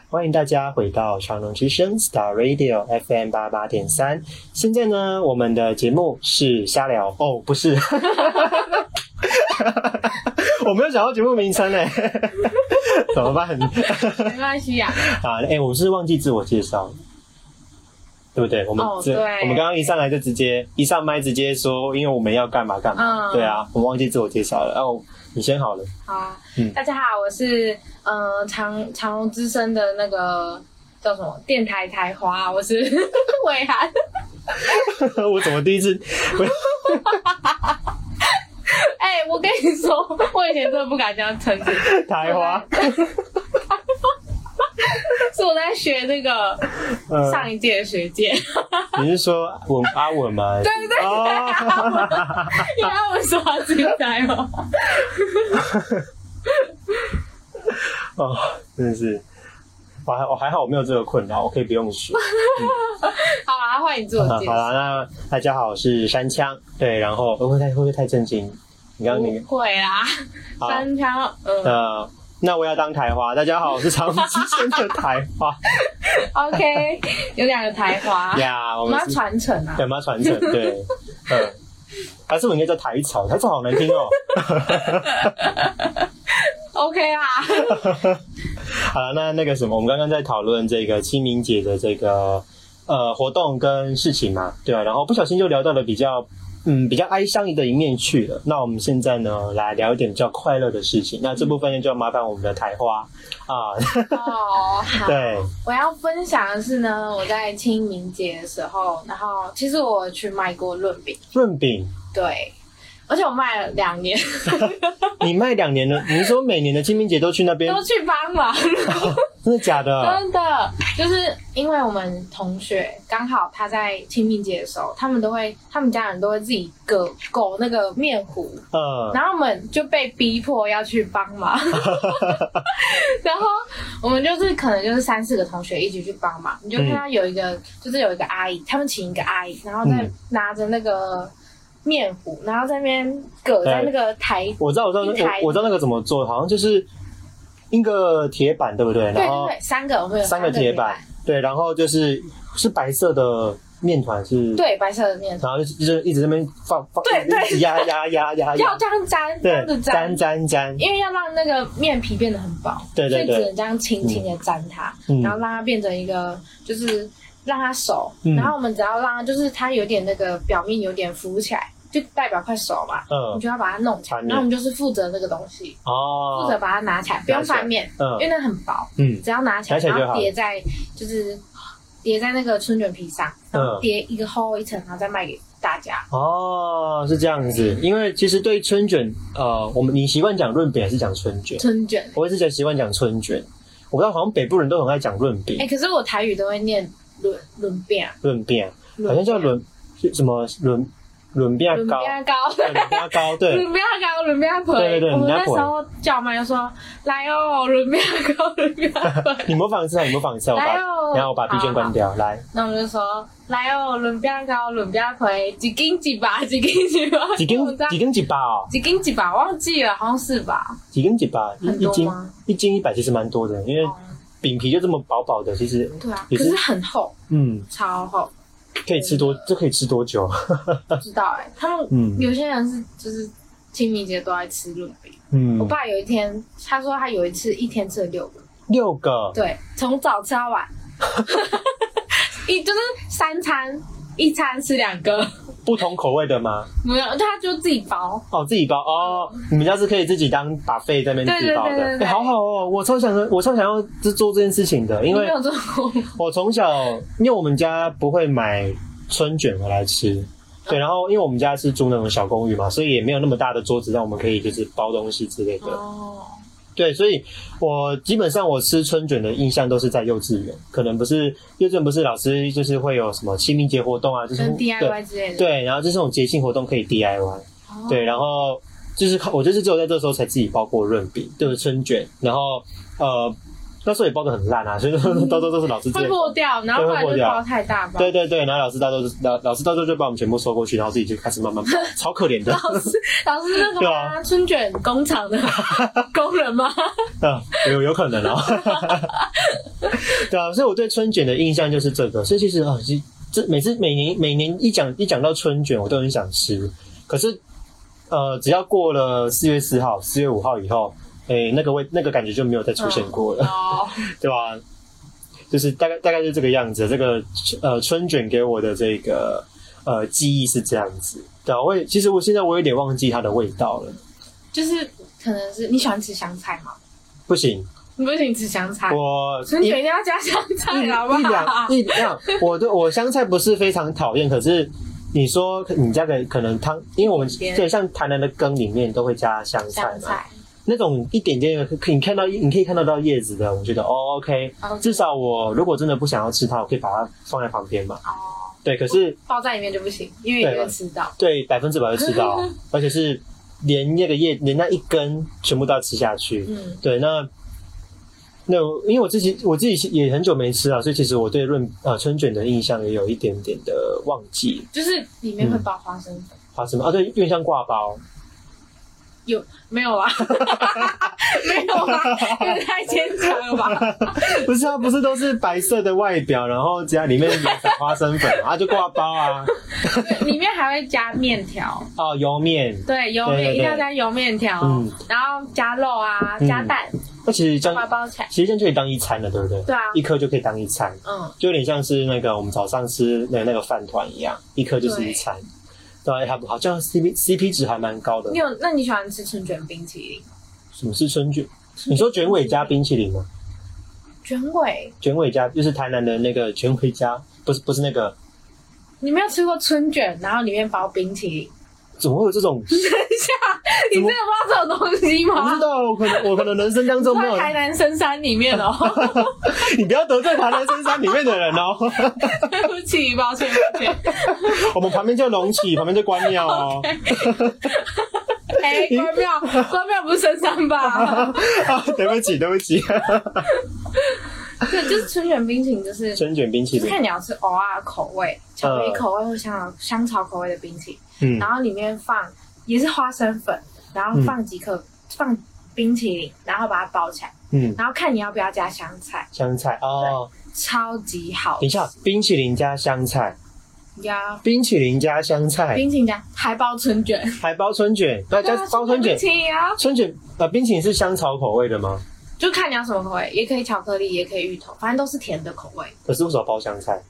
S1: 欢迎大家回到长隆之声 Star Radio FM 八八点三。现在呢，我们的节目是瞎聊哦，不是， 我没有想到节目名称嘞， 怎么办？
S2: 没关系呀、
S1: 啊，哎、我们是忘记自我介绍了，对不对？我们
S2: 哦
S1: 这、
S2: 对
S1: 我们刚刚一上来就直接一上麦直接说，因为我们要干嘛干嘛，
S2: 嗯
S1: 对啊，我们忘记自我介绍了。哦，你先好了，
S2: 好，啊
S1: 嗯
S2: 大家好，我是呃长长荣之声的那个叫什么电台台花，我 是伟涵。
S1: 我怎么第一次？
S2: 哎、我跟你说，我以前真的不敢这样称呼，
S1: 台花，
S2: 是我在学那个
S1: 呃
S2: 上一届的学姐，
S1: 你是说我阿文吗？对对对。哦
S2: 你还要我说她自己台吗？
S1: 哦，真的是，我还我还好，我没有这个困扰，我可以不用 学。
S2: 好啦，换你自我
S1: 嗯
S2: 介
S1: 好啦，
S2: 绍。
S1: 那大家好，我是山枪。对，然后呃会不会太会不会太震惊？你刚刚那个
S2: 不会啦，
S1: 好
S2: 三枪，嗯
S1: 呃，那我要当台花。大家好，我是长之间的台 花
S2: ，OK，有两个台花，
S1: 呀。我
S2: 我们
S1: 们
S2: 要
S1: 是
S2: 传承啊
S1: 对，我。们要传承，对，嗯，还是我应该叫台草？台草好难听 哦。
S2: OK 啦，
S1: 好了，那那个什么，我们刚刚在讨论这个清明节的这个呃活动跟事情嘛，对啊，然后不小心就聊到了比较嗯比较哀伤的一面去了。那我们现在呢，来聊一点比较快乐的事情。那这部分呢，就要麻烦我们的台花啊，
S2: 哦，好。
S1: 对，
S2: 我要分享的是呢，我在清明节的时候，然后其实我去卖过润饼，
S1: 润饼，
S2: 对，而且我卖了两年，
S1: 你卖两年了，你是说每年的清明节都去那边
S2: 都，去帮忙，
S1: 真的假的？
S2: 真的，就是因为我们同学刚好他在清明节的时候，他们都会，他们家人都会自己割狗那个面糊，
S1: 嗯，
S2: 然后我们就被逼迫要去帮忙， 然后我们就是可能就是三四个同学一起去帮忙，你就看到有一个、就是有一个阿姨，他们请一个阿姨，然后再
S1: 嗯
S2: 拿着那个面糊，然后在那边搁在那个台，
S1: 我知道，我知道，
S2: 一台
S1: 我我知道那个怎么做，好像就是一个铁板，对不对？
S2: 对
S1: 然
S2: 对
S1: 后
S2: 对， 三个我们有
S1: 三
S2: 个
S1: 个铁板
S2: 板，，
S1: 对，然后就是是白色的面团是，，
S2: 对白色的面团，
S1: 然后就是就是一直在那边放放，
S2: 对对
S1: 一直压压压压
S2: 要
S1: 压，
S2: 这样粘，这
S1: 哎对
S2: 样子，
S1: 粘
S2: 粘。
S1: 粘粘，
S2: 因为要让那个面皮变得很薄，
S1: 对对
S2: 所以
S1: 对
S2: 只能这样轻轻的沾它，
S1: 嗯
S2: 然后让它变成一个，就是让它熟。
S1: 嗯
S2: 然后我们只要让它，就是它有点那个表面有点浮起来，就代表快熟嘛。我们
S1: 嗯，
S2: 就要把它弄起来，
S1: 翻面
S2: 然后我们就是负责那个东西，负责
S1: 哦，
S2: 把它拿起来，不用翻面，
S1: 嗯
S2: 因为那很薄，
S1: 嗯，
S2: 只要拿起来，
S1: 拿起来就好
S2: 然后叠在就是叠在那个春卷皮上，然后
S1: 嗯
S2: 叠一个厚一层，然后再卖给大家。
S1: 哦，是这样子，因为其实对春卷，呃，我们你习惯讲润饼还是讲春卷？
S2: 春卷，
S1: 我一直讲习惯讲春卷，我不知道好像北部人都很爱讲润饼
S2: 哎，，可是我台语都会念轮轮变啊，
S1: 润饼。
S2: 轮
S1: 好像叫
S2: 饼
S1: 轮是什么轮轮 变
S2: 伦比
S1: 高，
S2: 亚高，
S1: 对，轮变高， 对，
S2: 伦比亚高，伦比亚腿。
S1: 对对对
S2: 我们
S1: 伦比亚
S2: 那
S1: 腿。
S2: 时候叫嘛，就说来哦，伦比亚高， 伦比亚腿
S1: 你模仿一次啊，你模仿一次啊，我把
S2: 来，哦，
S1: 然后我把 B
S2: 好
S1: 键关。掉，来，
S2: 那我们就说来哦，伦比亚高，伦比亚腿，几斤几把，几斤几把，
S1: 几
S2: 我
S1: 根
S2: 们这样
S1: 几根几把哦，
S2: 几斤几把，忘记了，好像是吧？
S1: 几根几把，一
S2: 很
S1: 一
S2: 多
S1: 斤
S2: 吗？
S1: 一斤一百其实蛮多的，因为
S2: 哦
S1: 饼皮就这么薄薄的，其实
S2: 对啊，
S1: 也
S2: 可
S1: 是
S2: 是很厚，
S1: 嗯，
S2: 超 厚，
S1: 可以吃多，这可以吃多久？
S2: 不知道哎、他们
S1: 嗯
S2: 有些人是就是清明节都爱吃润饼。我
S1: 嗯，
S2: 爸有一天，他说他有一次一天吃了六个，
S1: 六个，
S2: 对，从早吃到晚， 一就是三餐，一餐吃两个，
S1: 不同口味的吗？
S2: 没有，他就自己包。
S1: 哦，自己包哦，你们家是可以自己当把费在那边自己包
S2: 对对对
S1: 的，
S2: 对对
S1: 哎，好好哦，我超想，我超想要做做这件事情的，因
S2: 你
S1: 为
S2: 没有做过吗？
S1: 我从小，因为我们家不会买春卷回来吃，对，然后因为我们家是住那种小公寓嘛，所以也没有那么大的桌子让我们可以就是包东西之类的，
S2: 哦，
S1: 对，所以我基本上我吃春卷的印象都是在幼稚园，可能不是幼稚园不是老师就是会有什么清明节活动啊，就是
S2: 跟
S1: 对
S2: DIY 之类的。
S1: 对，然后就是这种节庆活动可以 DIY。
S2: 哦
S1: 对，然后就是靠我就是只有在这时候才自己包过润饼，就是春卷，然后呃那时候也包的很烂啊，所以说 到时候都是老师自己
S2: 嗯会。破掉，然后后来就包太大包。
S1: 对对对，然后老师到时候老老师到时候就把我们全部收过去，然后自己就开始慢慢 包，超可怜的。
S2: 老师，老师那个
S1: 对
S2: 吗
S1: 啊？
S2: 春卷工 厂的工人吗？
S1: 嗯，有有可能哦。 对啊，所以我对春卷的印象就是这个，所以其实啊，其实这每次每年每年一讲一讲到春卷，我都很想吃，可是呃，只要过了四月四号、四月五号以后，诶、那个味那个感觉就没有再出现过了，
S2: 哦，
S1: 对吧、就是大概大概就这个样子，这个呃春卷给我的这个呃记忆是这样子。对啊，我也其实我现在我有点忘记它的味道了，
S2: 就是可能是你喜欢吃香菜吗？
S1: 不行，
S2: 你不行吃香菜，
S1: 我
S2: 啊春卷一定要加香
S1: 一
S2: 菜，好不
S1: 一
S2: 好
S1: 两？一两，我对我香菜不是非常讨厌，可是你说你家的可能汤，因为我们
S2: 一点点
S1: 对像台南的羹里面都会加香菜嘛，
S2: 香菜
S1: 那种一点点可可以看到，你可以看得到叶子的，我觉得哦 OK，
S2: 哦
S1: 至少我如果真的不想要吃它，我可以把它放在旁边嘛。
S2: 哦，
S1: 对，可是
S2: 包在里面就不行，因为你会吃到。
S1: 对百分之百会吃 到，而且是连那个叶连那一根全部都要吃下去。
S2: 嗯，
S1: 对，那那我因为我自己我自己也很久没吃啊，所以其实我对润啊春卷的印象也有一点点的忘记。
S2: 就是里面会包花生粉，
S1: 花什么啊？对，有点像挂包。
S2: 有没有啊？没有啊，因为太牵强了吧？
S1: 不是啊，不是都是白色的外表，然后加里面有撒花生粉啊，就挂包啊。
S2: 里面还会加面条，
S1: 哦，油面，
S2: 对，油
S1: 对对
S2: 面
S1: 对
S2: 一定要加油面条
S1: 嗯，
S2: 然后加肉啊，加蛋，
S1: 那其实这
S2: 把它
S1: 样
S2: 包起来。
S1: 其实这样就可以当一餐了，对不对？
S2: 对啊
S1: 一颗就可以当一餐，
S2: 嗯，
S1: 就有点像是那个我们早上吃的那个饭团一样，一颗就是一
S2: 对
S1: 餐。对啊，还不好像 CP CP 值还蛮高的
S2: 你。有？那你喜欢吃春卷冰淇淋？
S1: 什么是春卷？你说卷尾加冰淇淋吗？
S2: 卷尾？
S1: 卷尾家就是台南的那个卷尾家，不是不是那个，
S2: 你没有吃过春卷，然后里面包冰淇淋？
S1: 怎么会有这种？不
S2: 等一下，你真的不知道这种东西吗
S1: 知？道，我可能我可能人生当中没有
S2: 在，台南深山里 面哦，
S1: 你不要得罪台南深山里面的人哦。
S2: 对不起，抱歉，抱歉。
S1: 我们旁边就隆起，旁边就观鸟哦。
S2: 哎、关庙， 关庙不是深山吧？
S1: 啊 对不起，对不起，
S2: 对，就是春卷冰淇淋，就是
S1: 春卷冰淇
S2: 就是
S1: 淋，呃
S2: 看你要吃偶尔口味、巧克力口味或香草香草口味的冰淇淋，
S1: 嗯
S2: 然后里面放也是花生粉，然后放几颗、放冰淇淋，然后把它包起来，
S1: 嗯，
S2: 然后看你要不要加香菜，
S1: 香菜哦。
S2: 超级好
S1: 等一下，冰淇淋加香菜，
S2: 呀！
S1: 冰淇淋加香菜，
S2: 冰淇淋加还包春卷，
S1: 还包春卷，那 加包春卷
S2: 冰。淇淋啊，
S1: 春卷呃，冰淇淋是香草口味的吗？
S2: 就看你要什么口味，也可以巧克力，也可以芋头，反正都是甜的口味。
S1: 可是为什么包香菜？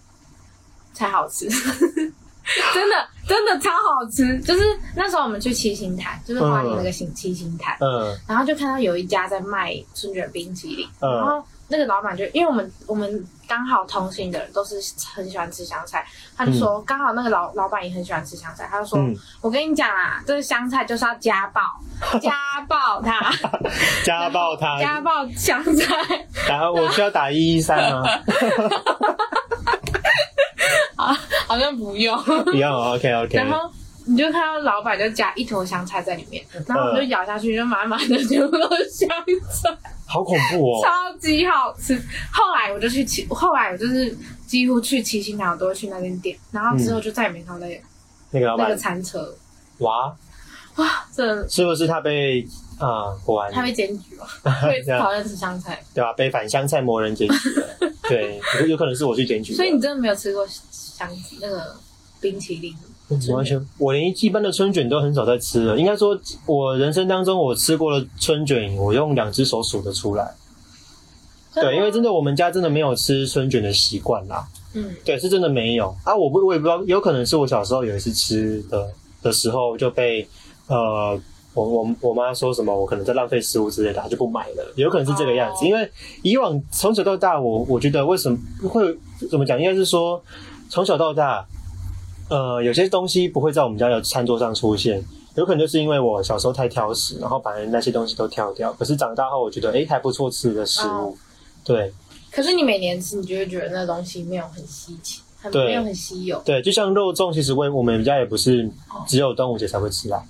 S2: 才好吃， 真的真的超好吃。就是那时候我们去七星潭，就是花莲那个新七星潭，
S1: 嗯
S2: 然后就看到有一家在卖春卷冰淇淋，
S1: 嗯
S2: 然后那个老板就因为我们我们刚好同行的人都是很喜欢吃香菜，他就说刚好那个老老板也很喜欢吃香菜，他就说、
S1: 嗯，
S2: 我跟你讲啊，这个香菜就是要家 暴，家暴它，
S1: 家暴它，
S2: 家暴香菜。
S1: 打我需要打一一三 吗？
S2: 好像不用。
S1: 不用，OK 嗯 OK。
S2: 然后你就看到老板就夹一坨香菜在里面，然后我们就咬下去，就满满的全部都是香菜，
S1: 好恐怖哦！
S2: 超级好吃。后来我就去七，后来我就是几乎去七星潭我都会去那间店，然后之后就再也没看到那个、
S1: 嗯那个老
S2: 那个
S1: 板，
S2: 餐车，
S1: 哇，
S2: 真的
S1: 是不是他被啊、果
S2: 他
S1: 然
S2: 被检 举了，会讨厌吃香菜，
S1: 对吧、被反香菜魔人检举了， 对，有有可能是我去检举的，
S2: 所以你真的没有吃过香那个冰淇淋。
S1: 我完全，我连一般的春卷都很少在吃了。应该说，我人生当中我吃过的春卷，我用两只手数得出来。对，因为真的我们家真的没有吃春卷的习惯啦。
S2: 嗯，
S1: 对，是真的没有啊。我不，我也不知道，有可能是我小时候有一次吃的的时候就被呃，我我我妈说什么，我可能在浪费食物之类的，她就不买了。有可能是这个样子，
S2: 哦
S1: 因为以往从小到大，我我觉得为什么会怎么讲，应该是说从小到大，呃，有些东西不会在我们家的餐桌上出现。有可能就是因为我小时候太挑食，然后把那些东西都挑掉。可是长大后，我觉得诶还不错吃的食物，
S2: 哦
S1: 对，
S2: 可是你每年吃，你就会觉得那东西没有很稀奇，很
S1: 对
S2: 没有很稀有。
S1: 对，就像肉粽，其实我也我们家也不是只有端午节才会吃啊。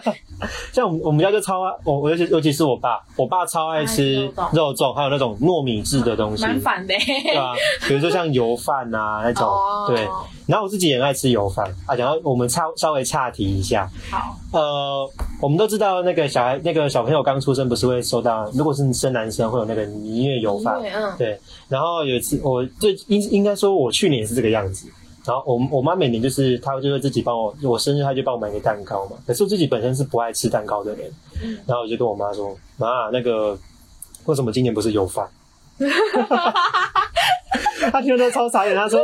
S1: 像我们我们家就超爱，我我尤其尤其是我爸，我爸超爱吃
S2: 爱吃
S1: 肉粽，还有那种糯米制的东西，
S2: 蛮反的、欸。
S1: 对啊，比如说像油饭啊那种，
S2: 哦
S1: 对。然后我自己也很爱吃油饭啊，然后我们稍稍微岔题一下，
S2: 好，
S1: 呃，我们都知道那个小孩那个小朋友刚出生不是会收到，如果是生男生会有那个蜜月油饭
S2: 因，为嗯，
S1: 对，然后有一次，我最应应该说，我去年也是这个样子。然后我我妈每年就是她就会自己帮我，我生日她就帮我买个蛋糕嘛。可是我自己本身是不爱吃蛋糕的人，
S2: 嗯
S1: 然后我就跟我妈说：“妈，那个为什么今年不是有 饭？”她听到超傻眼，她说：“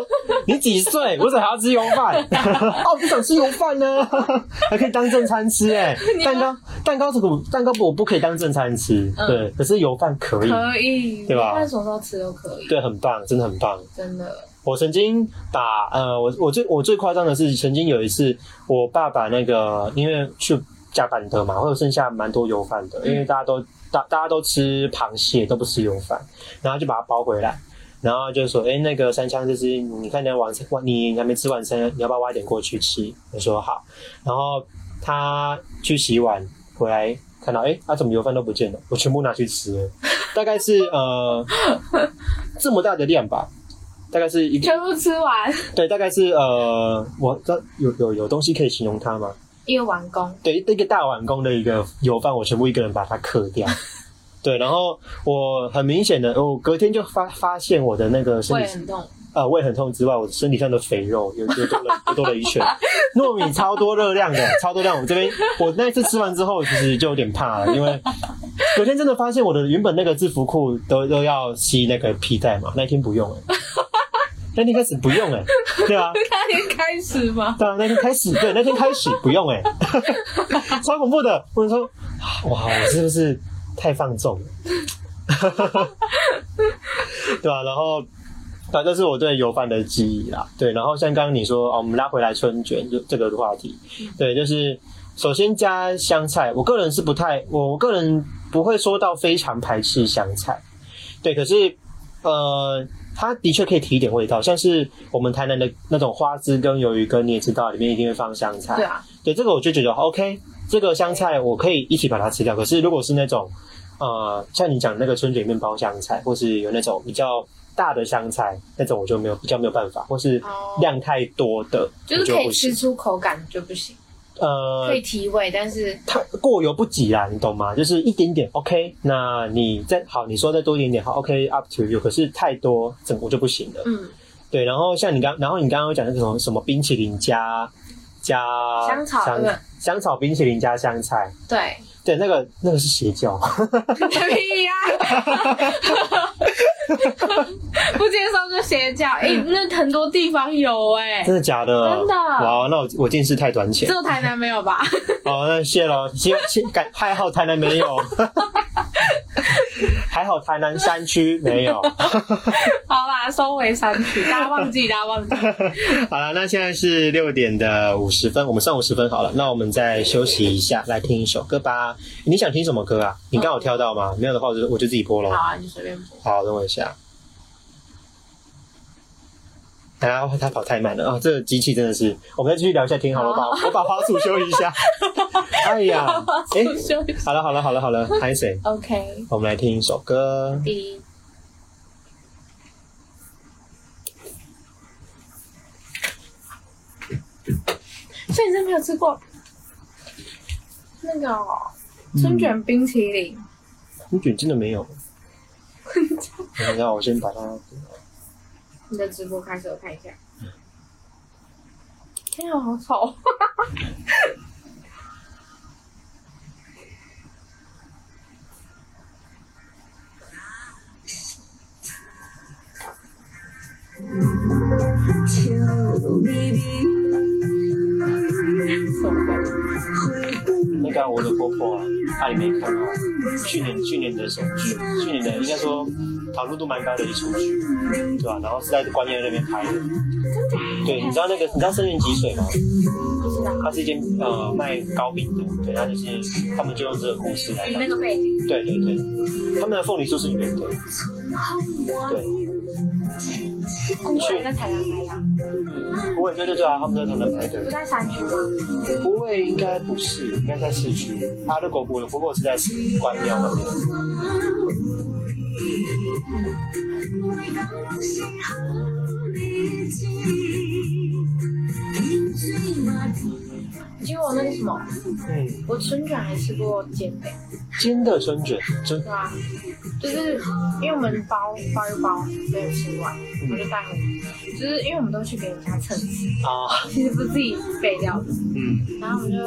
S1: 你几岁？我怎么还要吃油饭？ 哦，我不想吃油饭呢， 还可以当正餐吃哎、
S2: 你要
S1: 蛋糕蛋糕这个蛋糕我不可以当正餐吃，
S2: 嗯
S1: 对，可是油饭可以，
S2: 可以，
S1: 对吧
S2: 你看什么时候吃都可以，
S1: 对，很棒，真的很棒。”
S2: 真的。
S1: 我曾经把呃，我我最我最夸张的是，曾经有一次，我爸把那个因为去加班的嘛，会有剩下蛮多油饭的，因为大家都大大家都吃螃蟹，都不吃油饭，然后就把它包回来，然后就说，哎、那个三枪，就是你看你要晚餐，晚你还没吃晚餐，你要不要挖一点过去吃？我说好，然后他去洗碗回来。看到哎，他、啊怎么油饭都不见了？我全部拿去吃了，大概是呃这么大的量吧，大概是一个
S2: 全部吃完，
S1: 对，大概是呃，我这有有有东西可以形容它吗？
S2: 一个完工，
S1: 对，一个大碗公的一个油饭，我全部一个人把它嗑掉。对，然后我很明显的，我隔天就发发现我的那个身
S2: 胃
S1: 体
S2: 很痛。
S1: 呃胃很痛之外，我身体上的肥肉又又多了又多了一圈，糯米超多热量的，超多量。我这边我那一次吃完之后，其实就有点怕了，因为隔天真的发现我的原本那个制服裤都都要系那个皮带嘛，那天不用哎、 那天开始不用哎、对啊，
S2: 那天开始吗？
S1: 对啊，那天开始，对，那天开始不用哎、 超恐怖的。我就说，啊哇，我是不是太放纵了？ 对啊，然后，啊，这是我对油饭的记忆啦。对，然后像刚刚你说，哦，我们拉回来春卷就这个话题，对，就是首先加香菜，我个人是不太，我个人不会说到非常排斥香菜，对，可是，呃，它的确可以提一点味道，像是我们台南的那种花枝跟鱿鱼羹，你也知道，里面一定会放香菜，
S2: 对啊，
S1: 对，这个我就觉得 OK，这个香菜我可以一起把它吃掉。可是如果是那种，呃，像你讲那个春卷面包香菜，或是有那种比较大的香菜，那种我就没有比较没有办法，或是
S2: 哦
S1: 量太多的，
S2: 就是
S1: 我
S2: 可
S1: 就
S2: 以
S1: 不
S2: 吃
S1: 行。
S2: 出口感就不行，
S1: 呃
S2: 可，以提味，但是
S1: 它过犹不及啦，你懂吗？就是一点点 OK，那你再好，你说再多一点点好 OK，up、to you。可是太多，整我就不行了。
S2: 嗯，
S1: 对，然后像你刚，然后你刚刚有讲那个什么什么冰淇淋加加
S2: 香草
S1: 香
S2: 对不对
S1: 香草冰淇淋加香菜，
S2: 对，
S1: 对，那个那个是邪教，
S2: 屁呀、 不接受就邪教，哎、那很多地方有哎、
S1: 真的假的？
S2: 真的
S1: 哇，那我我见识太短浅
S2: 只。有台南没 有吧？
S1: 哦，那谢喽，谢谢感还好台南没有， 还好台南山区没有。
S2: 好啦，收回三区，大家忘记，大家忘记。
S1: 好了，那现在是六点的五十分，我们上五十分好了，那我们再休息一下，来听一首歌吧。你想听什么歌啊？你刚好挑到吗？没有的话，我就我就自己播喽
S2: 好。啊，你随便播。
S1: 好，等我一下。然后哎他跑太慢了啊！这个机器真的是，我们再继续聊一下天好了，我把我把花束修一下。哎呀， 哎，好了好了好了好了，拍谁？
S2: OK，
S1: 我们来听一首歌。
S2: 第一，所以你真没有吃过那个哦春卷冰淇淋？
S1: 春卷真的没有。等一下，我先把它。
S2: 你的直播开始，我看一下。天啊，好吵！
S3: 求你
S2: 受不了
S1: 那个我的婆婆啊，她也没看哦。去年去年的首剧，去年的应该说讨论度蛮高的一出剧，对吧、然后是在观音那边拍的。对，你知道那个你知道深源吉水吗？
S2: 不知道。
S1: 它是一间呃卖糕饼的，对，它就是他们就用这个故事来
S2: 以
S1: 讲
S2: 那。个背景，
S1: 对对对，他们的凤梨酥是圆的，对，
S2: 工人在台南拍呀，
S1: 不会，对对对啊，他们在台南拍
S2: 不
S1: 的。
S2: 在山区吗？
S1: 不会，应该不是，应该在市区。他的果我的婆婆是在关庙那边。
S2: 你去过那个什么？
S1: 嗯，
S2: 我春卷还吃过煎饼，
S1: 煎的春卷，真
S2: 对啊，就是因为我们包包一包没有吃完，我就带回去，就是因为我们都去别人家蹭吃，
S1: 啊，
S2: 其实不是自己备料的，
S1: 嗯，
S2: 然后我们就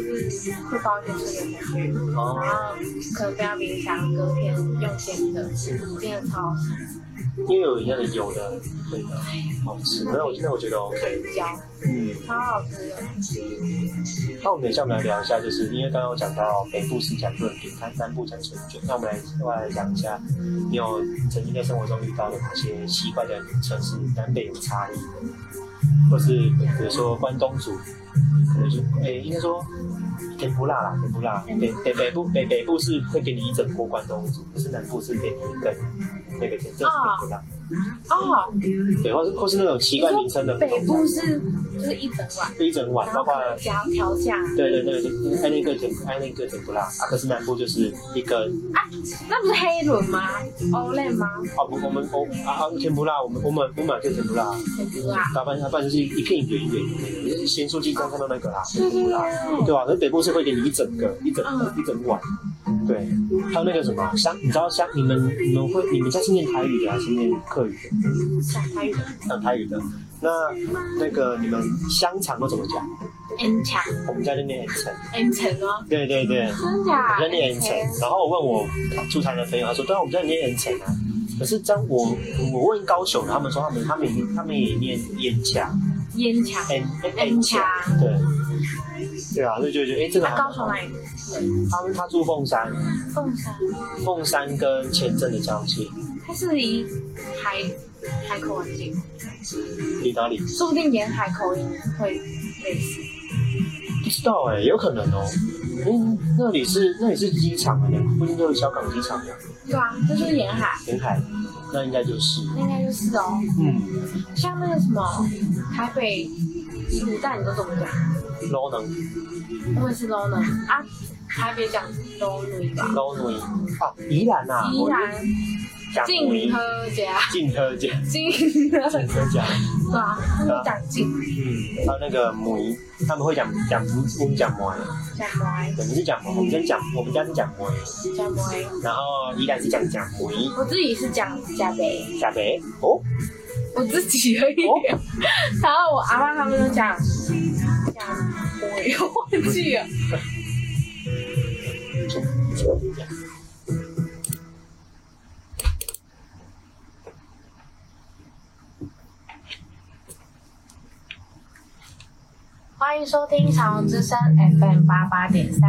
S2: 就是会包一些春卷回去，
S1: 哦
S2: 然后可能备到冰箱，隔天用煎的，煎的超好吃，
S1: 因为有那个油的味道，好吃。那我那我觉得 OK。
S2: 黑椒
S1: 嗯，
S2: 超好吃的，
S1: 那我们等一下我们来聊一下，就是因为刚刚有讲到北部是讲润饼，它南部讲春卷。那我们来另外来讲一下，你有曾经在生活中遇到的哪些奇怪的城市南北有差异，或是比如说关东煮，可能就诶、应该说甜不辣啦，甜不辣。北北北部北北部是会给你一整锅关东煮，可是南部是给你一根那个甜正是甜不辣。
S2: 哦，
S1: 对，或是或是那种奇怪名称的不
S2: 北
S1: 同
S2: 部是就是一整碗。
S1: 一整碗，
S2: 然
S1: 包
S2: 后
S1: 括
S2: 可能加调酱，
S1: 对对对，对爱那个甜爱那个甜不辣啊，可是南部就是一个
S2: 那不是黑轮吗？欧蕾吗？
S1: 哦不，我们我啊啊甜不辣，我们我们我们就甜不辣，
S2: 很多啊。
S1: 大半大半就是一片圆圆的，就是咸酥鸡刚看到那个啦，
S2: 对
S1: 甜
S2: 对
S1: 不辣，
S2: 对，
S1: 对吧、可是北部是会给你一整个一整个一整碗，对，还有那个什么香，你知道香，你们你们会你们家是念台语的还是念客语的？
S2: 小台语的
S1: 讲台语的，那那个你们香肠都怎么讲？
S2: N 强
S1: 我们家就念 N 层，
S2: N 层吗？
S1: 对对对。
S2: 真假
S1: 我在念 N 层，然后我问我驻台的朋友，他说：“对啊，我们在念 N 层啊。”可是当我我问高雄，他们说他们他们也他们也念烟墙
S2: 烟强。
S1: N
S2: N
S1: 墙
S2: 墙，
S1: 对对啊，所以就觉得哎，这个
S2: 啊，高雄哪里？
S1: 他们他住凤山，
S2: 凤山，
S1: 凤山跟前镇的交界，
S2: 它是离海海口很近，
S1: 离哪里？
S2: 说不定沿海口音会类似。
S1: 不知道哎、有可能哦。嗯，那里是那里是机场的，附近就是小港机场的
S2: 对啊，这就是沿海，
S1: 沿海，那应该就是
S2: 那应该就是哦。
S1: 嗯，
S2: 像那个什么台北卤蛋，你都怎么讲？
S1: 罗能
S2: 我也是 low 呢啊，台北讲 low 女吧。
S1: 罗能啊，宜兰啊，
S2: 依然
S1: 讲
S2: 静喝家，
S1: 静喝家。
S2: 静
S1: 真
S2: 喝，
S1: 的假的？
S2: 对啊，他们讲静，
S1: 嗯，还有那个母仪，他们会讲讲我们讲母仪，
S2: 讲歪，
S1: 我们是讲母仪，我们先讲，我们家是讲母仪，
S2: 讲歪。
S1: 然后宜兰是讲讲母仪，
S2: 我自己是讲加杯，
S1: 小北哦，
S2: 我自己而已。
S1: 哦
S2: 然后我阿妈他们都讲讲我也忘记了，欢迎收听长虹之声 FM 八八点三，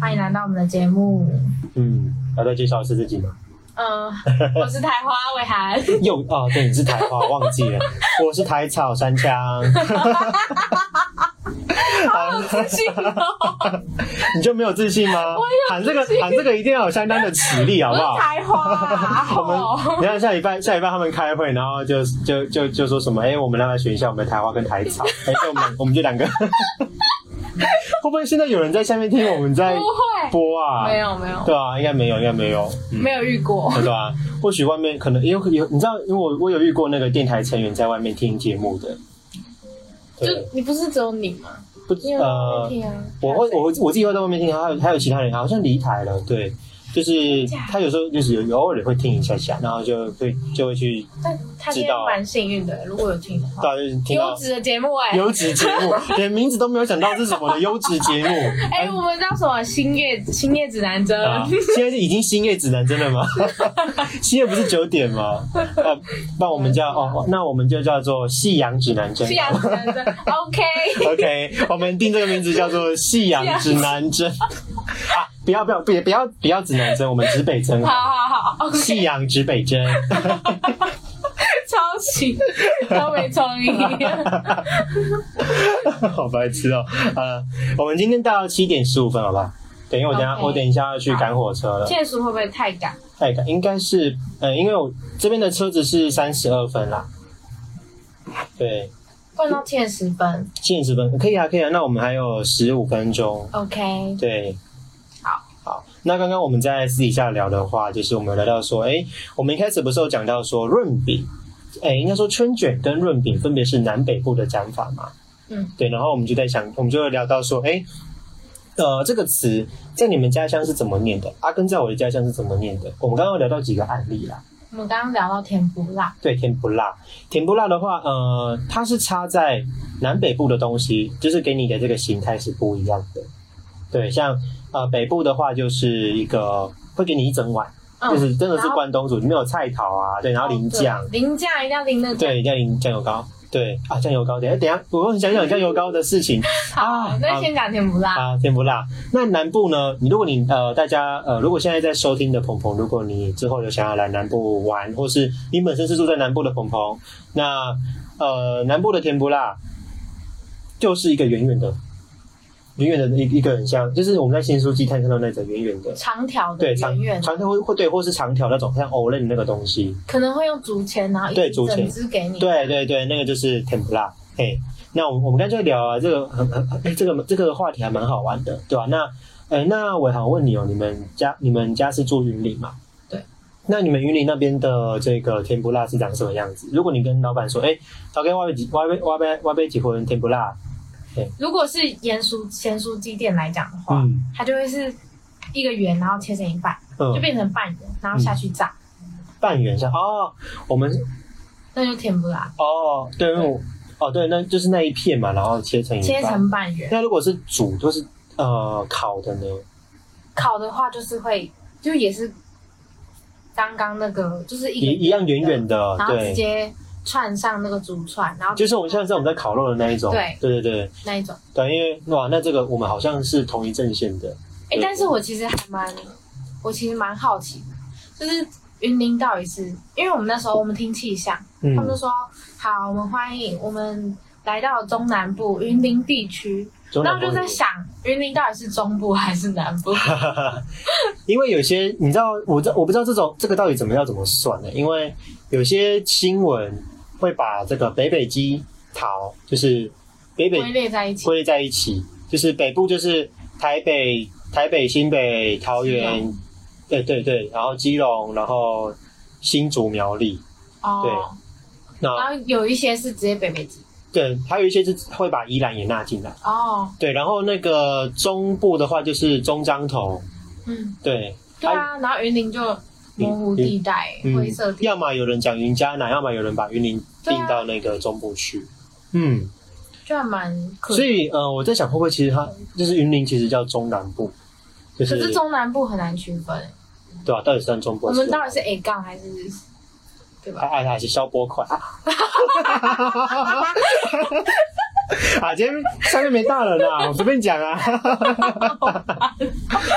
S2: 欢迎来到我们的节目。
S1: 嗯，要再介绍一次自己吗？
S2: 嗯，我是台花魏涵，
S1: 又哦，对，你是台花，忘记了，我是台草山枪，
S2: 好有自信哦，
S1: 你就没有自信吗？喊这个喊这个一定要有相当的实力，好
S2: 我
S1: 不好
S2: 是？才华啊，
S1: 我们
S2: 哦
S1: 你看下礼拜下礼拜他们开会，然后就就就就说什么？哎、我们来选一下我们的台花跟台 草，哎、就我们我们就两个。会不会现在有人在下面听我们在
S2: 不
S1: 播啊？
S2: 会，没，有没有
S1: 对啊，应该没有，应该没有，嗯
S2: 没有遇过，
S1: 对吧、 或许外面可能也有有，你知道，因为我我有遇过那个电台成员在外面听节目的，
S2: 就
S1: 对，
S2: 你不是只有你吗？
S1: 不
S2: 你有
S1: 呃，
S2: 问题啊？
S1: 我会我我自己会在外面听，还有还有其他人好像离台了，对，就是
S2: 假的
S1: 他有时候就是有有偶尔会听一下下，然后就会就会去
S2: 但他今
S1: 知
S2: 天
S1: 道
S2: 蛮幸运的，如果有听的话，
S1: 到就是听
S2: 优
S1: 到
S2: 质的节目哎、
S1: 优质节 目，连名字都没有想到是什么的优质节目。
S2: 哎、我们叫什么？星夜星夜指南针，
S1: 啊，现在是已经星夜指南针了吗？ 星夜不是九点吗？呃，那我们叫哦，那我们就叫做夕阳指南针。
S2: 夕阳指南针 ，OK，
S1: OK，我们定这个名字叫做“夕阳指南针”啊！不要不要，别不要不要指南针，我们指北针
S2: 好。好好，OK，
S1: 夕阳指北 针，
S2: 抄袭，超没创意。
S1: 好白痴哦、呃，我们今天到七点十五分，好不好？对，因为我等一下
S2: OK
S1: 我等一下要去赶火车了。
S2: 现实会不会太赶？
S1: 太赶，应该是呃，因为我这边的车子是三十二分啦。对，
S2: 灌到欠十分
S1: 七十分可以啊，可以啊。那我们还有十五分钟。
S2: ，OK，
S1: 对，
S2: 好，
S1: 好。那刚刚我们在私底下聊的话，就是我们有聊到说，哎，我们一开始不是有讲到说润饼，哎，应该说春卷跟润饼分别是南北部的讲法嘛？
S2: 嗯，
S1: 对。然后我们就在想，我们就聊到说，哎，呃，这个词在你们家乡是怎么念的？阿根在我的家乡是怎么念的？我们刚刚有聊到几个案例啦。
S2: 我们刚刚聊到甜不辣，
S1: 对，甜不辣，甜不辣的话，呃，它是插在南北部的东西，就是给你的这个形态是不一样的。对，像呃北部的话，就是一个会给你一整碗，
S2: 嗯，
S1: 就是真的是
S2: 然后
S1: 关东煮，里面有菜桃啊，对，然后淋酱，
S2: 哦对淋酱一定要淋的酱。
S1: 对，一定要淋酱油膏，对啊，酱油膏，等一下等一下，我很想讲酱油膏的事情
S2: 好，那先讲甜不辣，
S1: 啊，甜不辣。那南部呢？你如果你呃，大家呃，如果现在在收听的鹏鹏，如果你之后有想要来南部玩，或是你本身是住在南部的鹏鹏，那呃，南部的甜不辣就是一个圆圆的、圆圆的一一个很像，就是我们在新书鸡摊看到那种圆圆的，
S2: 长条的
S1: 对，长
S2: 圆圆，
S1: 长条或或对，或是长条那种像藕类的那个东西，
S2: 可能会用竹签，然后
S1: 对
S2: 一
S1: 竹签
S2: 整只给你。
S1: 对对对，那个就是甜不辣。嘿，那我们我们刚才就聊啊，这个很很很哎，这个这个话题还蛮好玩的，对吧、那哎，那我想问你哦，你们家你们家是住云林嘛？
S2: 对。
S1: 那你们云林那边的这个甜不辣是长什么样子？如果你跟老板说，哎，老板我要几我要我要我要几份甜不辣？
S2: 如果是盐酥咸酥鸡店来讲的话，
S1: 嗯
S2: 它就会是一个圆，然后切成一半，就
S1: 嗯，
S2: 变成半圆，然后下去炸，
S1: 半圆像哦，我们
S2: 那就甜不辣，
S1: 哦对，因为我哦对，那就是那一片嘛，然后切成一
S2: 切
S1: 半。
S2: 成半圆。
S1: 那如果是煮，就是呃烤的呢？
S2: 烤的话就是会，就也是刚刚那个，就是一
S1: 一
S2: 个
S1: 一样圆圆的，
S2: 然后
S1: 对
S2: 直。接串上那个竹串，然后
S1: 就是我们像这种在烤肉的那一种，
S2: 对
S1: 对对对
S2: 那一种。
S1: 对，因为哇，那这个我们好像是同一阵线的，
S2: 哎、
S1: 对
S2: 但是我其实还蛮，我其实蛮好奇的，就是云林到底是，因为我们那时候我们听气象，
S1: 嗯
S2: 他，们就说好，我们欢迎我们来到中南部云林地区，
S1: 中
S2: 然
S1: 南
S2: 后
S1: 部
S2: 就在想云林到底是中部还是南部？
S1: 因为有些你知道，我这我不知道这种这个到底怎么要怎么算呢？因为有些新闻会把这个北北基桃就是北北
S2: 归类在一起，
S1: 归类在一起，就是北部就是台北、台北、新北、桃
S2: 基
S1: 园，对对对，然后基隆，然后新竹、苗栗，
S2: 哦，
S1: 那
S2: 然后有一些是直接北北基，
S1: 对，还有一些是会把宜兰也纳进来。
S2: 哦，
S1: 对，然后那个中部的话就是中彰头，
S2: 嗯，
S1: 对，
S2: 对啊，然后云林就模糊地带、
S1: 嗯
S2: 灰色地带，
S1: 要么有人讲云嘉南，要么有人把云林
S2: 对啊
S1: 定到那个中部去。嗯，
S2: 就还蛮可
S1: 所以呃，我在想会不会其实它就是云林，其实叫中南部，就
S2: 可
S1: 是
S2: 是中南部很难区分，
S1: 对啊吧、到底算中部
S2: 我
S1: 还是？
S2: 们到底是 A 杠还是对
S1: 爱
S2: 吧？
S1: 爱还是消波块？ 啊，今天下面没大人啊， 我随便讲啊。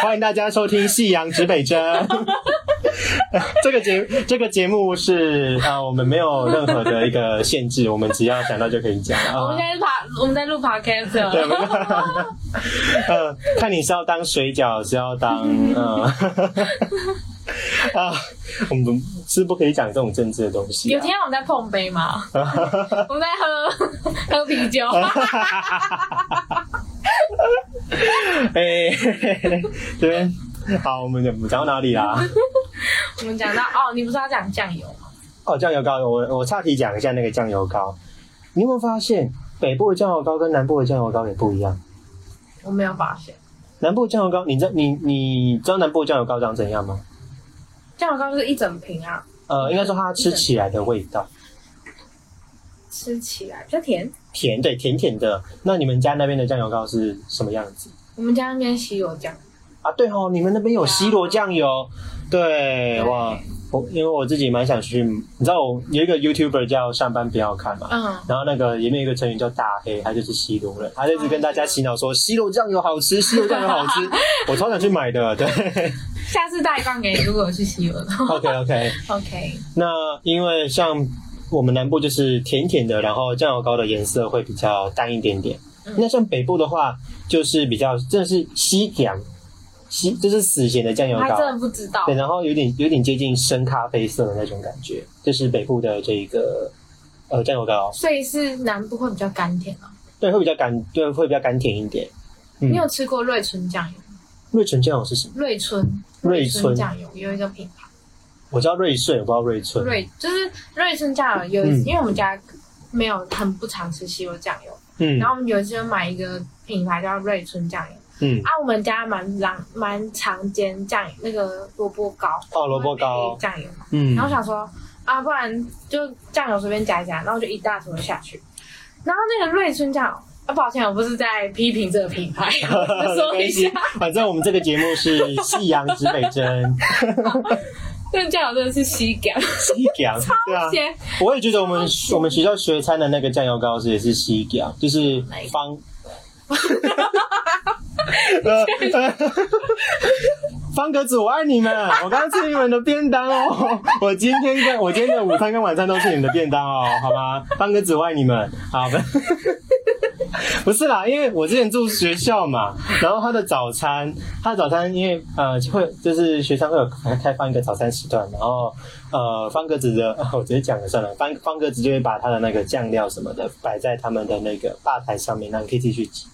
S1: 欢迎大家收听《夕阳指北针》。 这个节这个节目是啊，我们没有任何的一个限制，我们只要想到就可以讲
S2: 我
S1: 啊
S2: 们现。在是爬，我们在录 podcast
S1: 对，
S2: 了
S1: 我们 呃，看你是要当水饺，是要当呃 啊，我们是不可以讲这种政治的东西、
S2: 有
S1: 啊。
S2: 听到我们在碰杯吗？我们在喝 喝啤酒，
S1: 哎、嘿嘿嘿这边好，我们讲讲到哪里啦？
S2: 我们讲到哦，你不是要讲酱油吗？
S1: 哦，酱油膏，我我岔题讲一下那个酱油膏。你有没有发现北部的酱油膏跟南部的酱油膏也不一样？
S2: 我没有发现，
S1: 南部酱油膏，你知你你知道南部酱油膏长怎样吗？
S2: 酱油膏就是一整瓶啊，
S1: 呃，应该说它吃起来的味道
S2: 吃起来比较甜。
S1: 甜，对，甜甜的。那你们家那边的酱油膏是什么样子
S2: 我们家那边西油酱，
S1: 啊？对哦，你们那边有西罗酱油，对
S2: 对
S1: 哇，我因为我自己蛮想去，你知道我有一个 YouTuber 叫上班不要看嘛，
S2: 嗯，
S1: 然后那个里面有一个成员叫大黑，他就是西罗人，他就一直跟大家洗脑说西罗酱油好吃，西罗酱油好吃， 我超想去买的。对
S2: 下次带一罐给你，如果我去西油的 话。
S1: ，OK OK，
S2: OK，
S1: 那因为像我们南部就是甜甜的，然后酱油膏的颜色会比较淡一点点。
S2: 嗯
S1: 那像北部的话，就是比较真的是西甜，西就是死咸的酱
S2: 我
S1: 油
S2: 还真
S1: 膏，
S2: 的不知道
S1: 对，。然后有点有点接近深咖啡色的那种感觉，就是北部的这个呃酱油膏，
S2: 所以是南部会比较甘甜哦。
S1: 对，会比较甘，对，会比较甘甜一点。嗯
S2: 你有吃过瑞春酱油？
S1: 瑞纯酱油是什么？
S2: 瑞春，
S1: 瑞春
S2: 春酱油有一个品牌，
S1: 我知道瑞穗，我不知道瑞村。
S2: 瑞就是瑞春酱油有一次，
S1: 嗯
S2: 因为我们家没有很不常吃西油酱油，
S1: 嗯
S2: 然后我们有一次就买一个品牌叫瑞春酱油。
S1: 嗯，
S2: 啊，我们家蛮常蛮常煎酱油那个萝卜糕，
S1: 哦，萝卜
S2: 会
S1: 糕
S2: 配，酱油嘛。
S1: 嗯
S2: 然后想说啊，不然就酱油随便加一加，然后我就一大坨下去。然后那个瑞春酱油，啊，抱歉，我不是在批评这个 品牌，我只是说一下，
S1: 反正我们这个节目是夕阳指北针，
S2: 那酱油真的是西感，
S1: 夕阳，对啊，
S2: 先
S1: 我也觉得我们我们学校学餐的那个酱油膏是也是西洋，就是方。方格子，我爱你们！我刚刚吃你们的便当哦， 我今天跟我今天的午餐跟晚餐都是你们的便当哦，好吗？方格子，我爱你们！好 的，不是啦，因为我之前住学校嘛，然后他的早餐，他的早餐因为呃会就是学生会有开放一个早餐时段，然后呃，方格子的， 我直接讲了算了。方方格子就会把他的那个酱料什么的摆在他们的那个吧台上面，那你可以继续挤。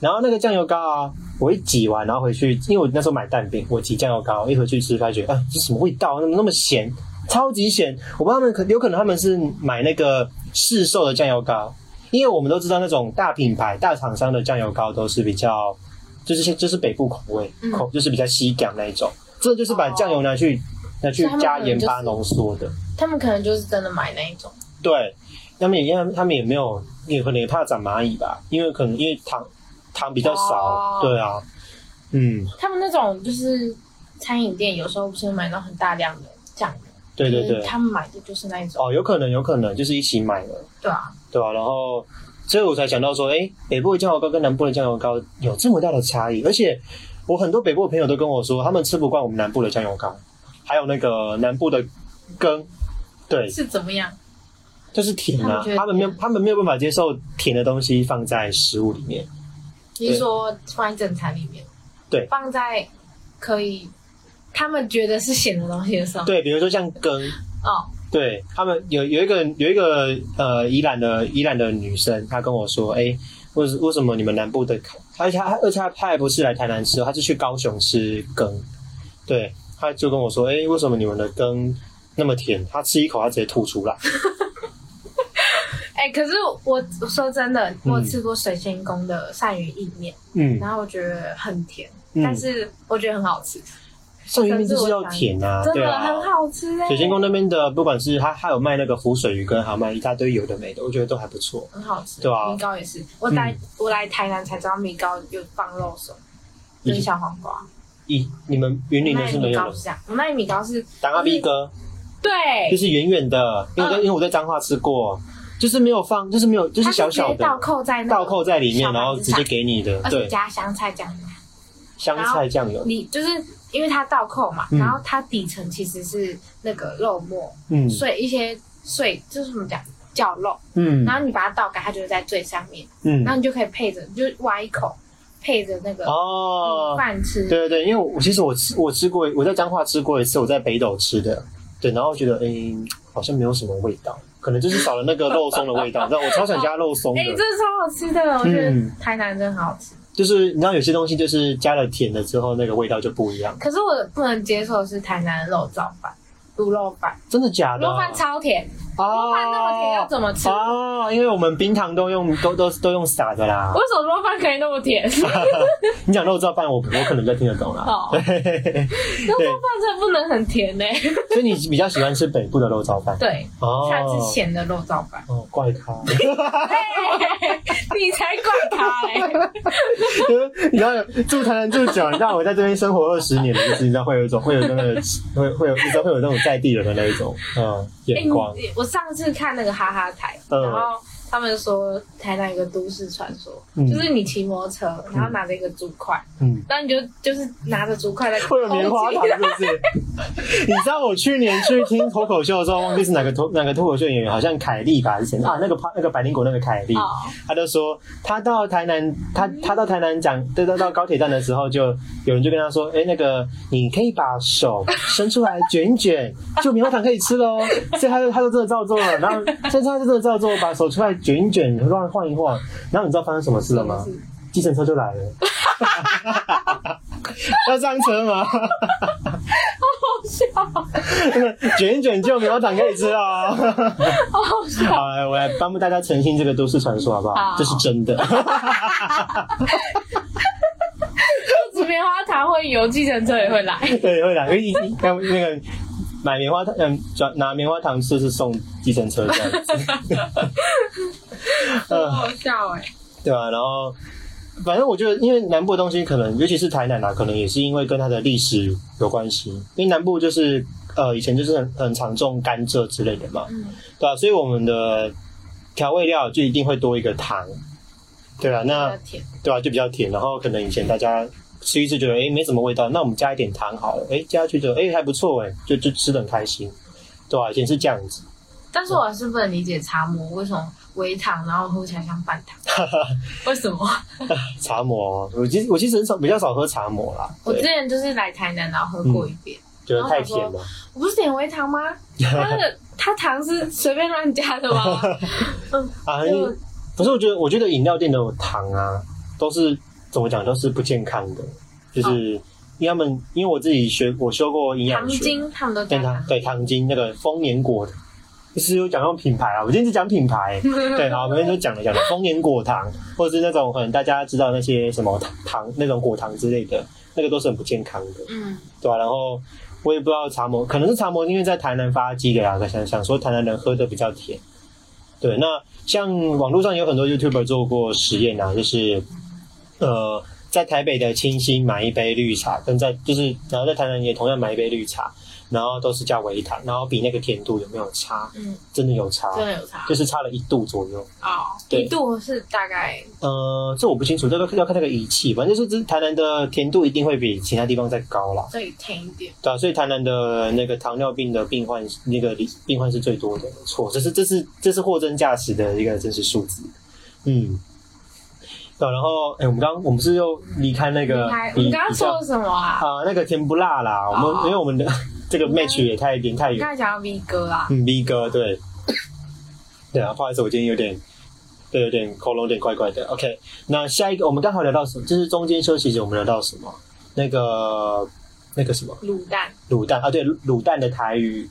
S1: 然后那个酱油膏啊，我一挤完，然后回去，因为我那时候买蛋饼，我挤酱油膏，一回去吃发觉，啊，这什么味道？怎么那么咸？超级咸！我不知道他们可有可能他们是买那个市售的酱油膏，因为我们都知道那种大品牌、大厂商的酱油膏都是比较，就是就是北部口味，
S2: 嗯
S1: 口就是比较西港那一种，这就是把酱油拿去、拿去加盐巴浓缩的。
S2: 他们可能就是真的买那一种，
S1: 对，他们也因为他们也没有，也可能也怕长蚂蚁吧，因为可能因为糖糖比较少，
S2: 哦
S1: 对啊，嗯，
S2: 他们那种就是餐饮店有时候不是买到很大量的酱油，
S1: 对对
S2: 就是
S1: 对，
S2: 他们买的就是那一种，
S1: 哦，有可能有可能就是一起买了，
S2: 对啊，
S1: 对啊，然后所以我才想到说，哎，北部的酱油膏跟南部的酱油膏有这么大的差异，而且我很多北部的朋友都跟我说，他们吃不惯我们南部的酱油膏，还有那个南部的羹，对，
S2: 是怎么样？
S1: 就是甜啊
S2: 他们觉，得
S1: 他们没有他们没有办法接受甜的东西放在食物里面。
S2: 你是说放在正餐里面？
S1: 对
S2: 放在可以他们觉得是咸的东西的时候。
S1: 对，比如说像羹，
S2: 哦，
S1: 对他们有有一个有一个呃宜兰的宜兰的女生，她跟我说，哎、为什为什么你们南部的，而且她而且她她还不是来台南吃，她是去高雄吃羹，对，她就跟我说，哎、为什么你们的羹那么甜？她吃一口，她直接吐出来。
S2: 哎、可是我我说真的，
S1: 嗯
S2: 我吃过水仙宫的鳝鱼意面，
S1: 嗯，
S2: 然后我觉得很甜，
S1: 嗯
S2: 但是我觉得很好吃，
S1: 上鱼面就是要甜啊，
S2: 真
S1: 对
S2: 的
S1: 啊
S2: 很。好吃哎、
S1: 水仙宫那边的，不管是他，他有卖那个浮水鱼羹，还有卖一大堆有的没的，我觉得都还不错。
S2: 很好吃，
S1: 对啊
S2: 米糕也是。我来、我来台南才知道米糕有放肉手，
S1: 嗯
S2: 就是小黄瓜。
S1: 一你们云林的
S2: 那
S1: 是没
S2: 米
S1: 有
S2: 糕
S1: 的
S2: 是，这样，我那米糕是
S1: 打阿 B 哥，就
S2: 对，
S1: 是圆圆的，因
S2: 嗯
S1: 为我在、因为我在彰化吃过，就是没有放，就是没有，就是小小
S2: 它是直接倒
S1: 的
S2: 扣在那个
S1: 倒扣在里面，
S2: 小
S1: 然
S2: 盘
S1: 后
S2: 子
S1: 直
S2: 上
S1: 接给你的，
S2: 而且
S1: 对，
S2: 加香菜酱油。
S1: 香菜酱油，
S2: 你就是因为它倒扣嘛，
S1: 嗯
S2: 然后它底层其实是那个肉末，
S1: 嗯
S2: 所以一些碎就是怎么讲绞肉，
S1: 嗯
S2: 然后你把它倒开，它就会在最上面，
S1: 嗯
S2: 然后你就可以配着，你就挖一口，配着那个
S1: 哦
S2: 米，饭吃。
S1: 对对对，因为我其实我吃我吃过，我在彰化吃过一次，我在北斗吃的，对，然后觉得诶好像没有什么味道，可能就是少了那个肉松的味道。你知道我超喜欢加肉松的
S2: 哎、，这超好吃的，我觉
S1: 嗯
S2: 得台南真的很好吃。
S1: 就是你知道有些东西就是加了甜的之后，那个味道就不一样。
S2: 可是我不能接受的是台南的肉燥饭、卤肉饭，
S1: 真的假
S2: 卤
S1: 的啊？
S2: 肉饭超甜，卤
S1: 哦
S2: 肉饭那么甜要怎么吃？
S1: 哦，因为我们冰糖都用都都都用撒的啦。
S2: 为什么肉饭可以那么 甜？
S1: 你讲肉燥饭，我我可能比较听得懂啦。
S2: 哦，肉燥饭真的不能很甜呢、
S1: 所以你比较喜欢吃北部的肉燥饭
S2: 对，
S1: 哦。，
S2: 下次咸的肉燥饭
S1: 哦，怪他。
S2: 你才怪他嘞、
S1: 你知道住台南住久了，你知道我在这边生活二十年了，就是你知道会有一种会有那 个会会有你知道会有那种在地人的那一种嗯
S2: 哎
S1: 眼
S2: 你
S1: 光，
S2: 我上次看那个哈哈台，
S1: 嗯
S2: 然后他们说台南有个都市传说，
S1: 嗯
S2: 就是你骑摩托车，然后拿着一个竹筷，
S1: 嗯，
S2: 然后你就就是拿着竹筷在
S1: 会有棉花糖
S2: 攻
S1: 是
S2: 击
S1: 不是？你知道我去年去听脱口秀的时候，忘记是哪个脱哪个脱口秀演员，好像凯莉吧，还是谁啊？那个帕那个百灵果那个凯莉，
S2: 哦，
S1: 他就说他到台南，他他到台南讲，对，到到高铁站的时候，就有人就跟他说，哎、那个你可以把手伸出来卷一卷，就棉花糖可以吃喽。 所以他就他就真的照做了，然后所以他就真的照做，把手出来卷一卷，乱晃一晃。然后你知道发生什么事了吗
S2: 什么事？
S1: 计程车就来了。 要上车吗？
S2: 好笑，
S1: 卷一卷就棉花糖可以吃啊！
S2: 好好笑。
S1: 好，来我来帮大家澄清这个都市传说，好不好
S2: 好
S1: 这是真的。
S2: 紫棉花糖会有，计程车也会来。
S1: 对，会来，因为那个买棉花糖，嗯，转拿棉花糖吃是送计程车这样子， 嗯
S2: 很好笑哎、
S1: 对吧、然后，反正我觉得，因为南部的东西可能，尤其是台南啊，可能也是因为跟它的历史有关系，因为南部就是呃以前就是很很常种甘蔗之类的嘛，
S2: 嗯
S1: 对吧、所以我们的调味料就一定会多一个糖，对吧、那
S2: 比较甜，
S1: 对啊，就比较甜。然后可能以前大家吃一次觉得哎没什么味道，那我们加一点糖好了，哎加下去就哎还不错哎，就就吃的很开心，对啊，以前是这样子，
S2: 但是我还是不能理解茶魔为什么微糖，然后喝起来像半糖，为什么？
S1: 茶魔，我其实我其实很少比较少喝茶魔啦，
S2: 我之
S1: 对，
S2: 前就是来台南，然后喝过一遍，
S1: 觉得太甜了。
S2: 我不是点微糖吗？他那 个他糖是随便乱加的吗？
S1: 啊，因为
S2: 就
S1: 可是我觉得我觉得饮料店的糖啊，都是怎么讲都是不健康的，就是因为他们因为我自己学我修过营
S2: 哦糖
S1: 养学，
S2: 精啊他们都
S1: 对
S2: 加
S1: 糖
S2: 糖，
S1: 对糖精那个丰年果的，其实有讲到品牌啊，我今天是讲品牌、 对，好，我们就讲了讲了丰年果糖，或者是那种可能大家知道那些什么糖糖那种果糖之类的，那个都是很不健康的，
S2: 嗯，
S1: 对吧、啊然后我也不知道茶魔，可能是茶魔因为在台南发迹的啦，想想说台南人喝的比较甜。对，那像网络上有很多 YouTuber 做过实验啊，就是呃，在台北的清新买一杯绿茶，跟在就是然后在台南也同样买一杯绿茶，然后都是加微糖，然后比那个甜度有没有差？
S2: 嗯，
S1: 真的有差，
S2: 真的有茶
S1: 就是差了一度左右。
S2: 哦，
S1: 对
S2: 一度是大概
S1: 呃，这我不清楚，这个要看那个仪器，反正就是这台南的甜度一定会比其他地方再高啦，
S2: 最甜一点，
S1: 对啊，所以台南的那个糖尿病的病患，那个病患是最多的，没错，这是这是这是货真价实的一个真实数字，嗯，对啊、然后哎、我们刚我们是又离开那个
S2: 你还，
S1: 比
S2: 你刚刚
S1: 比较
S2: 说了什么啊？
S1: 啊、那个甜不辣啦，我们、
S2: 哦
S1: 因为我们的 这个 match 也太点太
S2: 你
S1: 远
S2: 刚才讲到 V 哥啊，
S1: 嗯，V 哥，对，对啊，不好意思，我今天有点，对，有点喉咙有点怪怪的。OK，那下一个我们刚好聊到什么？就是中间休息时我们聊到什么？那个那个什么
S2: 卤蛋，
S1: 卤蛋啊，对，卤蛋的台语，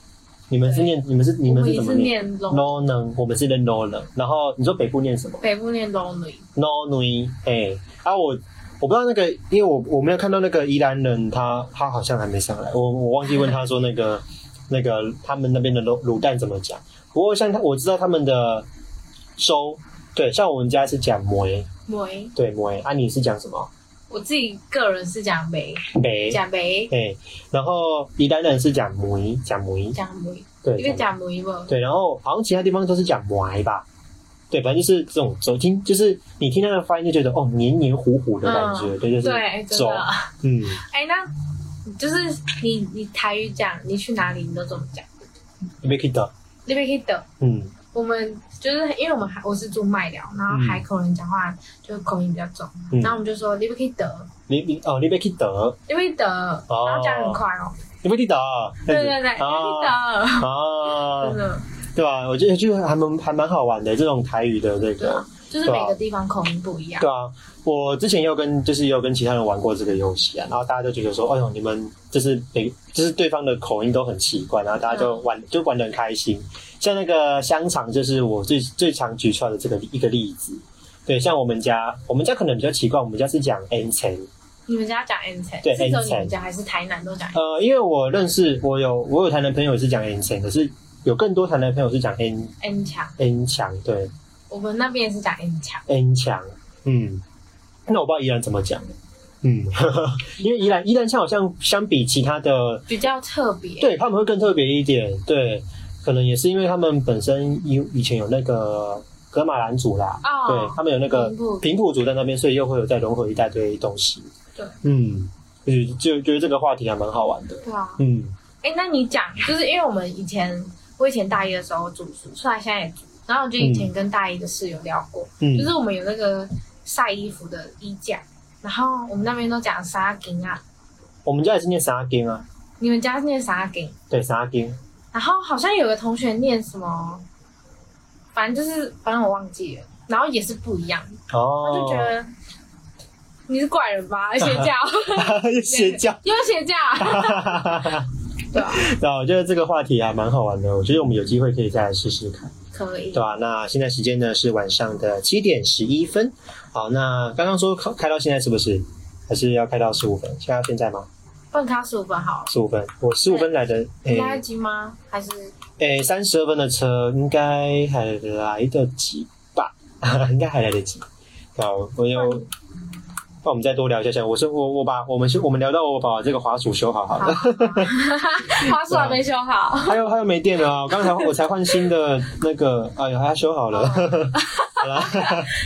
S1: 你们是念你们是你
S2: 我
S1: 们
S2: 们
S1: 是
S2: 也
S1: 怎么
S2: 是
S1: 念
S2: 念龙，
S1: ？no 能，我们是念 no 能。然后你说北部念什么
S2: 北部念龙女，
S1: ？no 能，哎，啊我。我不知道那个，因为我我没有看到那个宜兰人他，他好像还没上来，我我忘记问他说那个那个他们那边的卤卤蛋怎么讲。不过像他，我知道他们的粥，对，像我们家是讲梅，
S2: 梅，
S1: 对梅，啊你是讲什么
S2: 我自己个人是讲梅，
S1: 梅？
S2: 讲梅，
S1: 哎，然后宜兰人是讲梅，讲梅，
S2: 讲梅，
S1: 对，
S2: 一个讲梅嘛，
S1: 对，然后好像其他地方都是讲埋吧，对，反正就是这种走听，就是你听那
S2: 嗯
S1: 个发音就觉得哦黏黏糊糊的感觉，对，就是
S2: 对，真
S1: 走
S2: 的。
S1: 嗯
S2: 哎，那就是你你台语讲，你去哪里你都怎么讲。
S1: make it up，
S2: 那边可以等
S1: 嗯，
S2: 我们，就是因为我们还我是住麦寮，然后海口人讲话就是口音比较重，
S1: 嗯
S2: 然后我们就说你不可以得，
S1: 你你哦，你 make it up，
S2: 你不可以得，然后讲很快哦，
S1: 你 make it up，
S2: 对 对对，你不可
S1: 啊
S2: 以得，
S1: 啊
S2: 真，的，
S1: 对吧？我觉得就还蛮还蛮好玩的这种台语的这
S2: 对
S1: 个
S2: 啊，，就是每个地方口音不一样
S1: 哦对，啊，我之前也有跟就是也有跟其他人玩过这个游戏啊，然后大家就觉得说，哎呦，你们就是每就是对方的口音都很奇怪，然后大家
S2: 嗯
S1: 就玩、就玩的很开心。像那个香肠，就是我最最常举出来的这个一个例子。对，像我们家，我们家可能比较奇怪，我们家是讲 N 层，
S2: 你们家讲 N 城，
S1: 对
S2: 是只有
S1: N
S2: 你
S1: 城
S2: 们家还是台南都讲 N 城？
S1: 呃，因为我认识我有我有台南朋友是讲 N 层，可是有更多台南朋友是讲 N
S2: N 强，
S1: N 强，对
S2: 我们那边也是讲 N 强，
S1: N 强，嗯，那我不知道宜兰怎么讲，嗯， 因为宜兰宜兰腔好像相比其他的，
S2: 比较特别，
S1: 对他们会更特别一点，对，可能也是因为他们本身以以前有那个格马兰族啦，
S2: 哦
S1: 对他们有那个
S2: 平埔
S1: 平埔族在那边，所以又会有再融合一大堆东西，
S2: 对，
S1: 嗯，就就觉得这个话题还蛮好玩的，
S2: 对啊，
S1: 嗯
S2: 哎、那你讲，就是因为我们以前，我以前大一的时候住宿，虽然现在也住，然后我就以前跟大一的室友聊过，
S1: 嗯，
S2: 就是我们有那个晒衣服的衣架，然后我们那边都讲纱巾啊，
S1: 我们家也是念沙丁啊，
S2: 你们家念纱巾，
S1: 对，沙丁，
S2: 然后好像有个同学念什么，反正就是反正我忘记了，然后也是不一样，我
S1: 哦，
S2: 就觉得。你是怪人吧？邪 教，
S1: 又邪教。
S2: 又邪教，对啊，
S1: 对啊，我觉得这个话题还蛮好玩的，我觉得我们有机会可以再来试试看，
S2: 可以
S1: 对，吧、那现在时间呢是晚上的七点十一分，好，那刚刚说开开到现在是不是？还是要开到十五分？现在要现在吗？
S2: 问他十五分好了，
S1: 十五分，我十五分来的，
S2: 你来得
S1: 诶
S2: 及吗？还是
S1: 诶，三十二分的车应该还来得及吧？ 应该还来得及。好，我有，那我们再多聊一下下。我说我我把我们修，我们聊到我把这个滑鼠修好好了。
S2: 好， 花束还没修 好。
S1: 还有还有没电了啊！我刚才我才换新的那 个，哎呦，还要修好了。好啦，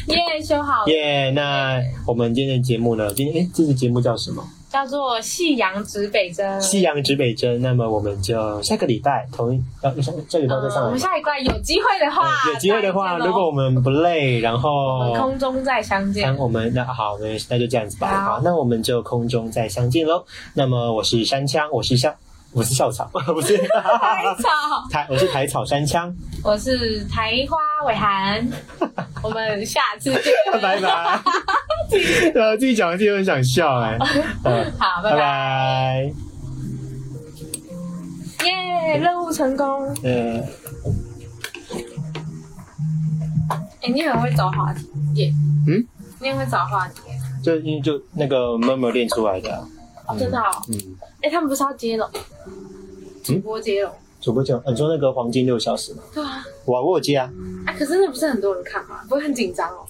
S2: 耶、修好了，
S1: 耶、那我们今天的节目呢？今天哎、这期节目叫什么？
S2: 叫做夕阳指北针。
S1: 夕阳指北针。那么我们就下个礼拜同一，呃、下下礼拜再上来
S2: 嗯我们
S1: 吗。
S2: 下一关有机会的话，
S1: 嗯有机会的话，
S2: 再见咯
S1: 如果我们不累，然
S2: 我们
S1: 后
S2: 空中再相见
S1: 当，我们那好，那那就这样子吧。
S2: 好
S1: 好，那我们就空中再相见喽。那么我是山枪，我是校，我是校草， 不是
S2: 海草，
S1: 台，我是台草山枪。
S2: 我是台花伟涵，我们下次 见，
S1: 拜拜。呃，自己讲自己都很想笑哎、嗯
S2: 好，
S1: 拜
S2: 拜拜，
S1: 拜。
S2: 耶任务成功，
S1: 呃，
S2: 哎、你很会找话题耶，
S1: 嗯，
S2: 你很会找话题耶，
S1: 就因为就那个 m u m 练出来的啊、
S2: 哦，真的、哦，
S1: 嗯，
S2: 哎、他们不是要接龙，主播接龙，
S1: 主播讲，呃你说那个黄金六小时嘛，
S2: 对啊，
S1: 我我有接啊，
S2: 啊，可是那不是很多人看吗？不会很紧张哦？